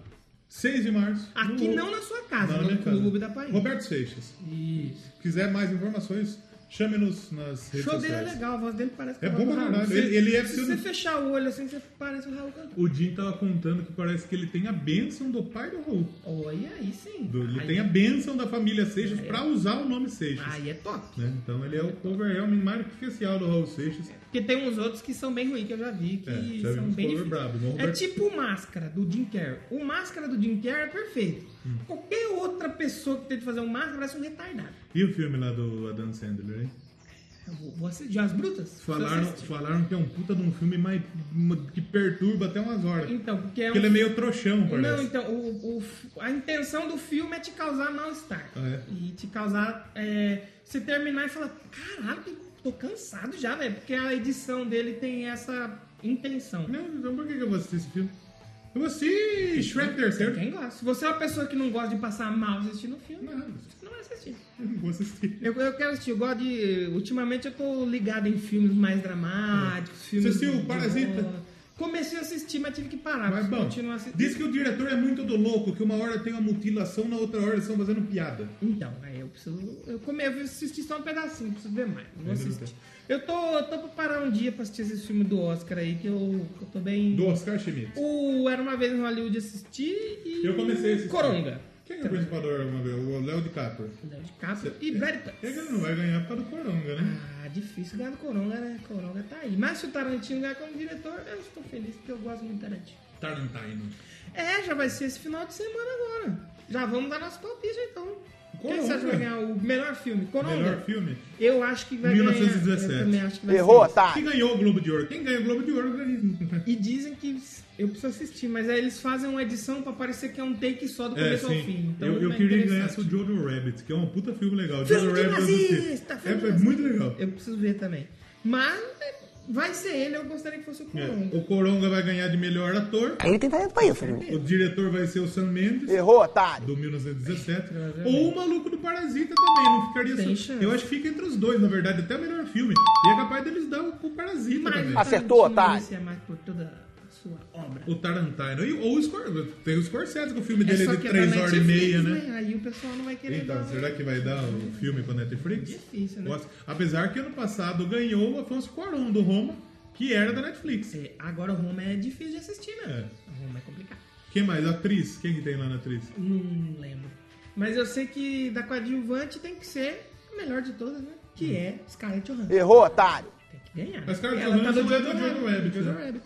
Speaker 2: 6 de março.
Speaker 1: Aqui
Speaker 2: no-
Speaker 1: não na sua casa,
Speaker 2: na
Speaker 1: no
Speaker 2: minha casa.
Speaker 1: Clube da País.
Speaker 2: Roberto Seixas.
Speaker 1: Isso.
Speaker 2: quiser mais informações, chame-nos nas
Speaker 1: O
Speaker 2: redes
Speaker 1: show dele é
Speaker 2: sociais.
Speaker 1: legal, a voz dele parece que
Speaker 2: É
Speaker 1: a
Speaker 2: bom
Speaker 1: voz do
Speaker 2: pra
Speaker 1: Raul.
Speaker 2: caralho.
Speaker 1: Se-
Speaker 2: Ele- ele é
Speaker 1: Se
Speaker 2: pseudo-
Speaker 1: você fechar o olho assim, você parece o Raul Cantor.
Speaker 2: O Jim tava contando que parece que ele tem a bênção do pai do Raul.
Speaker 1: Olha aí sim.
Speaker 2: Do- ele
Speaker 1: aí,
Speaker 2: tem a bênção da família Seixas
Speaker 1: É.
Speaker 2: pra usar o nome Seixas.
Speaker 1: aí é top.
Speaker 2: né? Então ele é o cover realmente mais oficial do Raul Seixas.
Speaker 1: Porque tem uns outros que são bem ruins que eu já vi, que
Speaker 2: É, já vi
Speaker 1: são
Speaker 2: uns
Speaker 1: bem
Speaker 2: cover
Speaker 1: difíceis.
Speaker 2: brabo, mas o
Speaker 1: É
Speaker 2: Roberto-
Speaker 1: tipo o Máscara, do Jim Carrey. O Máscara do Jim Carrey é perfeito.
Speaker 2: Hum.
Speaker 1: Qualquer outra pessoa que tente fazer um Máscara parece um retardado.
Speaker 2: E o filme lá do Adam Sandler, hein?
Speaker 1: Eu vou, vou assistir As Brutas?
Speaker 2: É. Falaram,
Speaker 1: Você assiste?
Speaker 2: falaram que é um puta de um filme mais, uma- que perturba até umas horas.
Speaker 1: Então, porque é um...
Speaker 2: Porque ele é meio trouxão,
Speaker 1: Não,
Speaker 2: parece.
Speaker 1: então, o- o- a intenção do filme é te causar mal-estar.
Speaker 2: Ah, é?
Speaker 1: E te causar... É, você terminar e falar, caralho, tô cansado já, velho. Porque a edição dele tem essa intenção.
Speaker 2: Não, então por que que eu vou assistir esse filme? Eu vou assistir Shrek terceiro.
Speaker 1: Quem gosta? Se você é uma pessoa que não gosta de passar mal assistindo um filme,
Speaker 2: Não,
Speaker 1: você não vai assistir.
Speaker 2: eu não vou assistir.
Speaker 1: Eu, eu quero assistir, eu gosto de. Ultimamente eu tô ligado em filmes mais dramáticos, filmes.
Speaker 2: Você assistiu
Speaker 1: de-
Speaker 2: Parasita?
Speaker 1: Comecei a assistir, mas tive que parar.
Speaker 2: Mas bom,
Speaker 1: continuar assistindo.
Speaker 2: diz que o diretor é muito do louco, que uma hora tem uma mutilação, na outra hora eles estão fazendo piada.
Speaker 1: Então, aí eu preciso. Eu, come, eu assisti só um pedacinho, preciso ver mais. Não vou
Speaker 2: Ainda não
Speaker 1: assistir. Eu tô, eu tô pra parar um dia pra assistir esse filme do Oscar aí, que eu, que eu tô bem.
Speaker 2: Do Oscar Schmidt.
Speaker 1: O Era uma vez em Hollywood assisti e.
Speaker 2: Eu comecei a assistir.
Speaker 1: Coronga.
Speaker 2: Quem é o principador uma vez? O Léo DiCaprio. é
Speaker 1: Léo DiCaprio e Brad Pitt.
Speaker 2: Ele não vai ganhar por causa do Coronga, né?
Speaker 1: Ah, difícil ganhar do Coronga, né? Coronga tá aí. Mas se o Tarantino ganhar como diretor, eu estou feliz, porque eu gosto muito do Tarantino.
Speaker 3: Tarantino.
Speaker 1: É, já vai ser esse final de semana agora. Já vamos dar nosso palpite, então. Quem você acha que vai ganhar o melhor filme? Coronga?
Speaker 2: Melhor filme?
Speaker 1: Eu acho que vai ganhar.
Speaker 2: 1917.
Speaker 1: Eu também acho que vai
Speaker 7: Errou,
Speaker 1: ser isso.
Speaker 2: Quem
Speaker 7: otário.
Speaker 2: ganhou o Globo de Ouro? Quem ganhou o Globo de Ouro ganha.
Speaker 1: E dizem que eu preciso assistir, mas aí eles fazem uma edição pra parecer que é um take só do começo ao fim. Então
Speaker 2: eu eu
Speaker 1: é
Speaker 2: queria que
Speaker 1: interessante.
Speaker 2: ganhasse o Jojo Rabbit, que é um puta filme legal.
Speaker 1: Filme
Speaker 2: Jojo
Speaker 1: de
Speaker 2: Rabbit eu
Speaker 1: nazista,
Speaker 2: assisti.
Speaker 1: filme
Speaker 2: É, é
Speaker 1: de
Speaker 2: muito legal.
Speaker 1: Eu preciso ver também. Mas é, vai ser ele, eu gostaria que fosse o
Speaker 2: É,
Speaker 1: Coronga.
Speaker 2: O Coronga vai ganhar de melhor ator.
Speaker 4: Ele tem talento pra isso, gente.
Speaker 2: O diretor vai ser o Sam Mendes.
Speaker 7: Errou, otário.
Speaker 2: Do 1917. Ou o maluco do Parasita também, não ficaria
Speaker 1: Tem
Speaker 2: só-
Speaker 1: chance.
Speaker 2: Eu acho que fica entre os dois, na verdade, até o melhor filme. E é capaz deles dar o o Parasita também.
Speaker 1: Mas
Speaker 7: Acertou,
Speaker 1: Tarantino
Speaker 7: tá? otário.
Speaker 1: merecia mais por toda a sua obra.
Speaker 2: O Tarantino. E, ou o Scorsese. Tem o Scorsese, que o filme
Speaker 1: É
Speaker 2: dele
Speaker 1: só
Speaker 2: é de
Speaker 1: que é
Speaker 2: 3
Speaker 1: da
Speaker 2: horas e
Speaker 1: Netflix,
Speaker 2: meia, né?
Speaker 1: Aí o pessoal não vai querer
Speaker 2: Então,
Speaker 1: dar.
Speaker 2: será que vai dar o filme com a Netflix?
Speaker 1: Difícil, né?
Speaker 2: Nossa, Apesar que ano passado ganhou o Afonso Cuarón do Roma, que era da Netflix.
Speaker 1: É, Agora o Roma é difícil de assistir, né?
Speaker 2: É.
Speaker 1: O Roma é complicado.
Speaker 2: Quem mais? Atriz? Quem que tem lá na atriz?
Speaker 1: Não Hum, lembro. Mas eu sei que da coadjuvante tem que ser a melhor de todas, né? Que é Scarlett Johansson.
Speaker 7: Errou, otário.
Speaker 1: Tem que ganhar.
Speaker 2: Mas Scarlett
Speaker 1: Ela
Speaker 2: Johansson
Speaker 1: no
Speaker 2: é do Jojo Rabbit,
Speaker 1: Jojo
Speaker 2: né?
Speaker 1: Rabbit.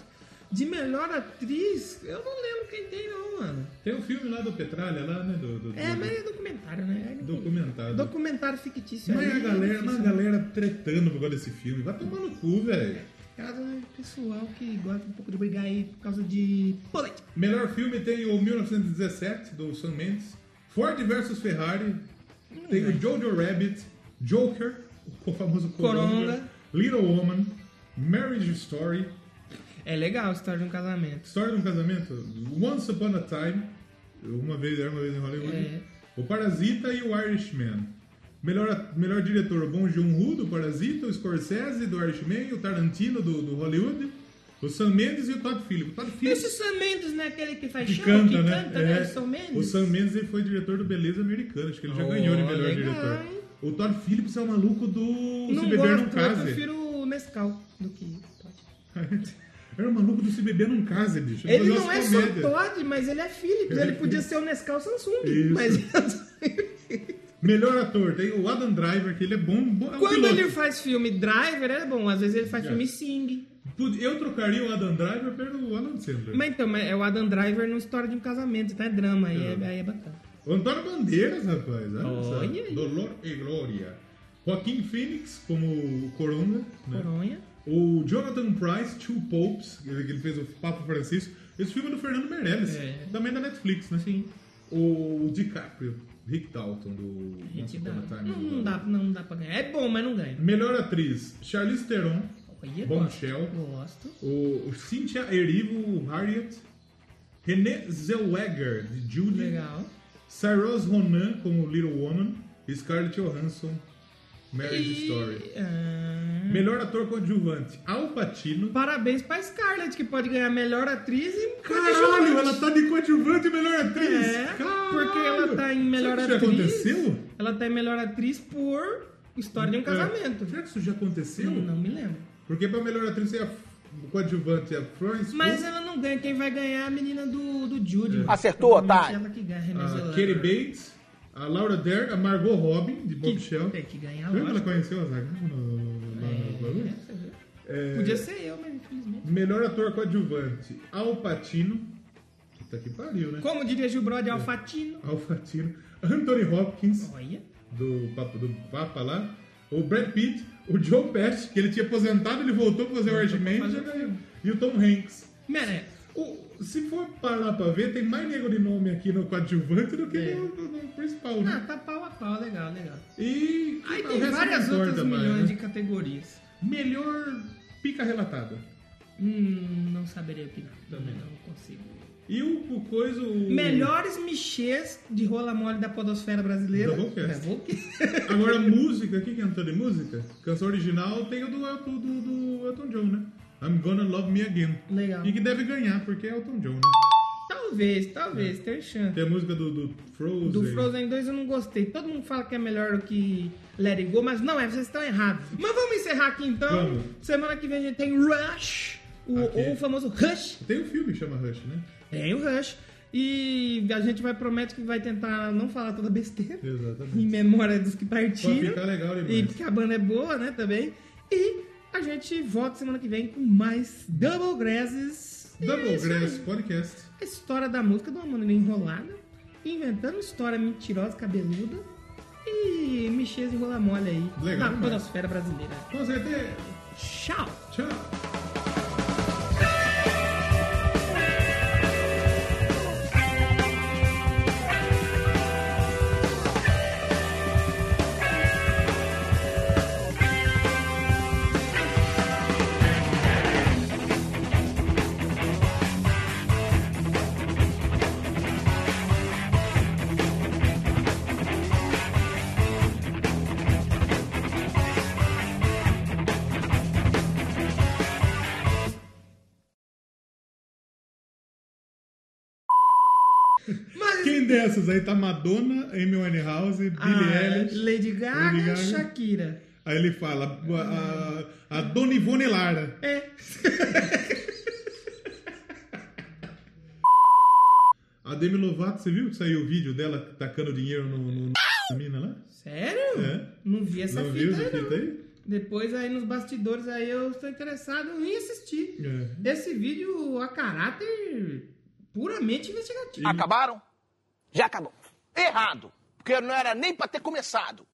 Speaker 1: De melhor atriz, eu não lembro quem tem, não, mano.
Speaker 2: Tem o filme lá do Petralha, lá, né? Do, do-
Speaker 1: É,
Speaker 2: do-
Speaker 1: mas é documentário, né? É
Speaker 2: Documentário.
Speaker 1: Documentário fictício.
Speaker 2: Mas
Speaker 1: aí,
Speaker 2: a galera, mas a
Speaker 1: difícil.
Speaker 2: galera tretando por causa desse filme. Vai tomar no cu, velho.
Speaker 1: Caso é um pessoal que gosta um pouco de brigar aí por causa de política.
Speaker 2: Melhor filme tem o 1917, do Sam Mendes. Ford vs Ferrari.
Speaker 1: Hum,
Speaker 2: Tem o Jojo Rabbit. Joker, o famoso Coronga.
Speaker 1: Coronga.
Speaker 2: Little Woman. Marriage Story.
Speaker 1: É legal a história de um casamento.
Speaker 2: História de um casamento. Once Upon a Time. Uma vez, era uma vez em Hollywood.
Speaker 1: É.
Speaker 2: O Parasita e o Irishman. Melhor, melhor diretor, o Bong Joon-ho do Parasita, o Scorsese do Irishman, o Tarantino do, do Hollywood, o Sam Mendes e o Todd Phillips. O Todd
Speaker 1: Esse
Speaker 2: Phillips
Speaker 1: Sam Mendes não é aquele que faz
Speaker 2: que
Speaker 1: show,
Speaker 2: canta,
Speaker 1: que
Speaker 2: né?
Speaker 1: canta, né?
Speaker 2: É.
Speaker 1: O Sam Mendes.
Speaker 2: O Sam Mendes ele foi diretor do Beleza Americana, acho que ele já ganhou de melhor
Speaker 1: legal,
Speaker 2: diretor.
Speaker 1: hein?
Speaker 2: O Todd Phillips é o maluco do
Speaker 1: não
Speaker 2: Se Beber Não
Speaker 1: gosto, eu
Speaker 2: Case.
Speaker 1: prefiro o Nescau do que Todd.
Speaker 2: Era o maluco do Se Beber Não Case, bicho.
Speaker 1: Ele
Speaker 2: fazia
Speaker 1: não é
Speaker 2: umas
Speaker 1: só
Speaker 2: comédias.
Speaker 1: Todd, mas ele é Philips. Ele podia ser o Nescau Samsung.
Speaker 2: Isso. Então,
Speaker 1: Mas
Speaker 2: Melhor ator, tem o Adam Driver, que ele é bom. bom é um
Speaker 1: quando
Speaker 2: piloto.
Speaker 1: ele faz filme Driver, é bom. Às vezes ele faz filme Sing.
Speaker 2: Putz, Eu trocaria o Adam Driver pelo Adam Sandler.
Speaker 1: Mas então, mas é o Adam Driver numa história de um casamento, então é drama, aí é, aí é bacana.
Speaker 2: O Antônio Bandeiras, rapaz. Olha só.
Speaker 1: Olha aí.
Speaker 2: Dolor e Glória. Joaquim Phoenix como o Coronga. né?
Speaker 1: Coronha.
Speaker 2: O Jonathan Price, Two Popes, que ele fez o Papa Francisco. Esse filme é do Fernando Meirelles,
Speaker 1: É.
Speaker 2: também da Netflix, né? Sim. O DiCaprio, Rick Dalton, do Once Upon a Time.
Speaker 1: Não,
Speaker 2: do-
Speaker 1: não dá, não dá pra ganhar. É bom, mas não ganha.
Speaker 2: né? Melhor atriz, Charlize Theron,
Speaker 1: Olha,
Speaker 2: Bombshell.
Speaker 1: Gosto. gosto.
Speaker 2: o o Cynthia Erivo, Harriet, René Zellweger, de Judy,
Speaker 1: Legal.
Speaker 2: Cyrus Ronan como Little Woman, e Scarlett Johansson, Marriage Story.
Speaker 1: ah,
Speaker 2: Melhor ator coadjuvante, Al Pacino.
Speaker 1: Parabéns pra Scarlett, que pode ganhar melhor atriz e.
Speaker 2: Caralho, ela tá de coadjuvante e melhor atriz!
Speaker 1: É,
Speaker 2: Caralho!
Speaker 1: porque ela tá em melhor
Speaker 2: Será que
Speaker 1: atriz.
Speaker 2: isso já aconteceu?
Speaker 1: Ela tá em melhor atriz por História de um Casamento.
Speaker 2: É. Será que isso já aconteceu?
Speaker 1: Eu não me lembro.
Speaker 2: Porque pra melhor atriz é a f- coadjuvante, é a Florence
Speaker 1: Mas
Speaker 2: Pugh,
Speaker 1: ela não ganha. Quem vai ganhar é a menina do, do Jude.
Speaker 2: É.
Speaker 1: mano.
Speaker 7: Acertou,
Speaker 1: Provavelmente
Speaker 7: otário.
Speaker 1: Ela que ganha, né, Renée
Speaker 2: a
Speaker 1: Zellweger.
Speaker 2: Katie Bates, a Laura Dern, a Margot Robbie, de Bombshell.
Speaker 1: que, é tem que ganhar
Speaker 2: Lembra ela
Speaker 1: lógico.
Speaker 2: conheceu a Zagal no, lá no bagulho?
Speaker 1: Essa, viu?
Speaker 2: É,
Speaker 1: Podia ser eu, mas infelizmente.
Speaker 2: Melhor ator coadjuvante, Al Pacino. Puta que pariu, né?
Speaker 1: Como diria Gilbrod Alfatino.
Speaker 2: Al Pacino. Anthony Hopkins,
Speaker 1: Olha.
Speaker 2: do Papa, do Papa lá. O Brad Pitt. O Joe Pesci, que ele tinha aposentado, ele voltou pra fazer o
Speaker 1: tá
Speaker 2: Archman e já ganhou. E o Tom Hanks.
Speaker 1: Merece.
Speaker 2: O- se for parar pra ver, tem mais nego de nome aqui no coadjuvante do que
Speaker 1: É.
Speaker 2: no, no- no principal,
Speaker 1: Ah,
Speaker 2: né?
Speaker 1: tá pau a pau, legal, legal.
Speaker 2: E
Speaker 1: Aí
Speaker 2: o
Speaker 1: tem
Speaker 2: resto não
Speaker 1: várias
Speaker 2: importa
Speaker 1: outras
Speaker 2: mais,
Speaker 1: milhões
Speaker 2: né?
Speaker 1: de categorias.
Speaker 2: Melhor pica relatada.
Speaker 1: Hum, não saberia opinar. Também
Speaker 2: Hum.
Speaker 1: não consigo.
Speaker 2: E o, o coisa... o-
Speaker 1: Melhores michês de rola mole da podosfera brasileira.
Speaker 2: Doublecast.
Speaker 1: Doublecast.
Speaker 2: Agora, música, o que que é cantor de música? Canção original tem o do, Elton- do, do Elton John, né? I'm Gonna Love Me Again.
Speaker 1: Legal.
Speaker 2: E que deve ganhar, porque é Elton John, né?
Speaker 1: Talvez, talvez, tem chance.
Speaker 2: Tem a música do, do Frozen.
Speaker 1: Do Frozen 2 eu não gostei. Todo mundo fala que é melhor do que Let It Go, mas não é, vocês estão errados. Mas vamos encerrar aqui então.
Speaker 2: Vamos.
Speaker 1: Semana que vem a gente tem Rush, o,
Speaker 2: Aqui.
Speaker 1: o famoso Rush.
Speaker 2: Tem um filme que chama Rush, né?
Speaker 1: Tem o Rush. E a gente vai promete que vai tentar não falar toda besteira. Em
Speaker 2: Exatamente.
Speaker 1: memória dos que partiram.
Speaker 2: Pra ficar legal demais.
Speaker 1: E porque a banda é boa, né, também. E a gente volta semana que vem com mais Double Grasses. E é
Speaker 2: Double
Speaker 1: isso aí.
Speaker 2: Grass Podcast.
Speaker 1: A história da música de uma maneira enrolada, inventando história mentirosa, cabeluda e mexendo em rola mole aí
Speaker 2: Legal
Speaker 1: na
Speaker 2: demais.
Speaker 1: podosfera brasileira.
Speaker 2: Com certeza.
Speaker 1: Tchau!
Speaker 2: Tchau.
Speaker 1: Mas,
Speaker 2: Quem dessas aí tá Madonna, Amy Winehouse, Billie
Speaker 1: Ah,
Speaker 2: Eilish.
Speaker 1: Lady Gaga,
Speaker 2: Lady Gaga.
Speaker 1: Shakira.
Speaker 2: Aí ele fala, a, a, a Dona Ivone Lara.
Speaker 1: É.
Speaker 2: A Demi Lovato, você viu que saiu o vídeo dela tacando dinheiro no, no, no da mina lá?
Speaker 1: Sério?
Speaker 2: É.
Speaker 1: Não vi essa
Speaker 2: Não
Speaker 1: fita
Speaker 2: viu
Speaker 1: aí,
Speaker 2: essa
Speaker 1: não.
Speaker 2: fita aí?
Speaker 1: Depois aí nos bastidores aí eu estou interessado em assistir.
Speaker 2: É.
Speaker 1: Esse vídeo a caráter puramente investigativo.
Speaker 7: Acabaram? Já acabou. Errado. Porque não era nem pra ter começado.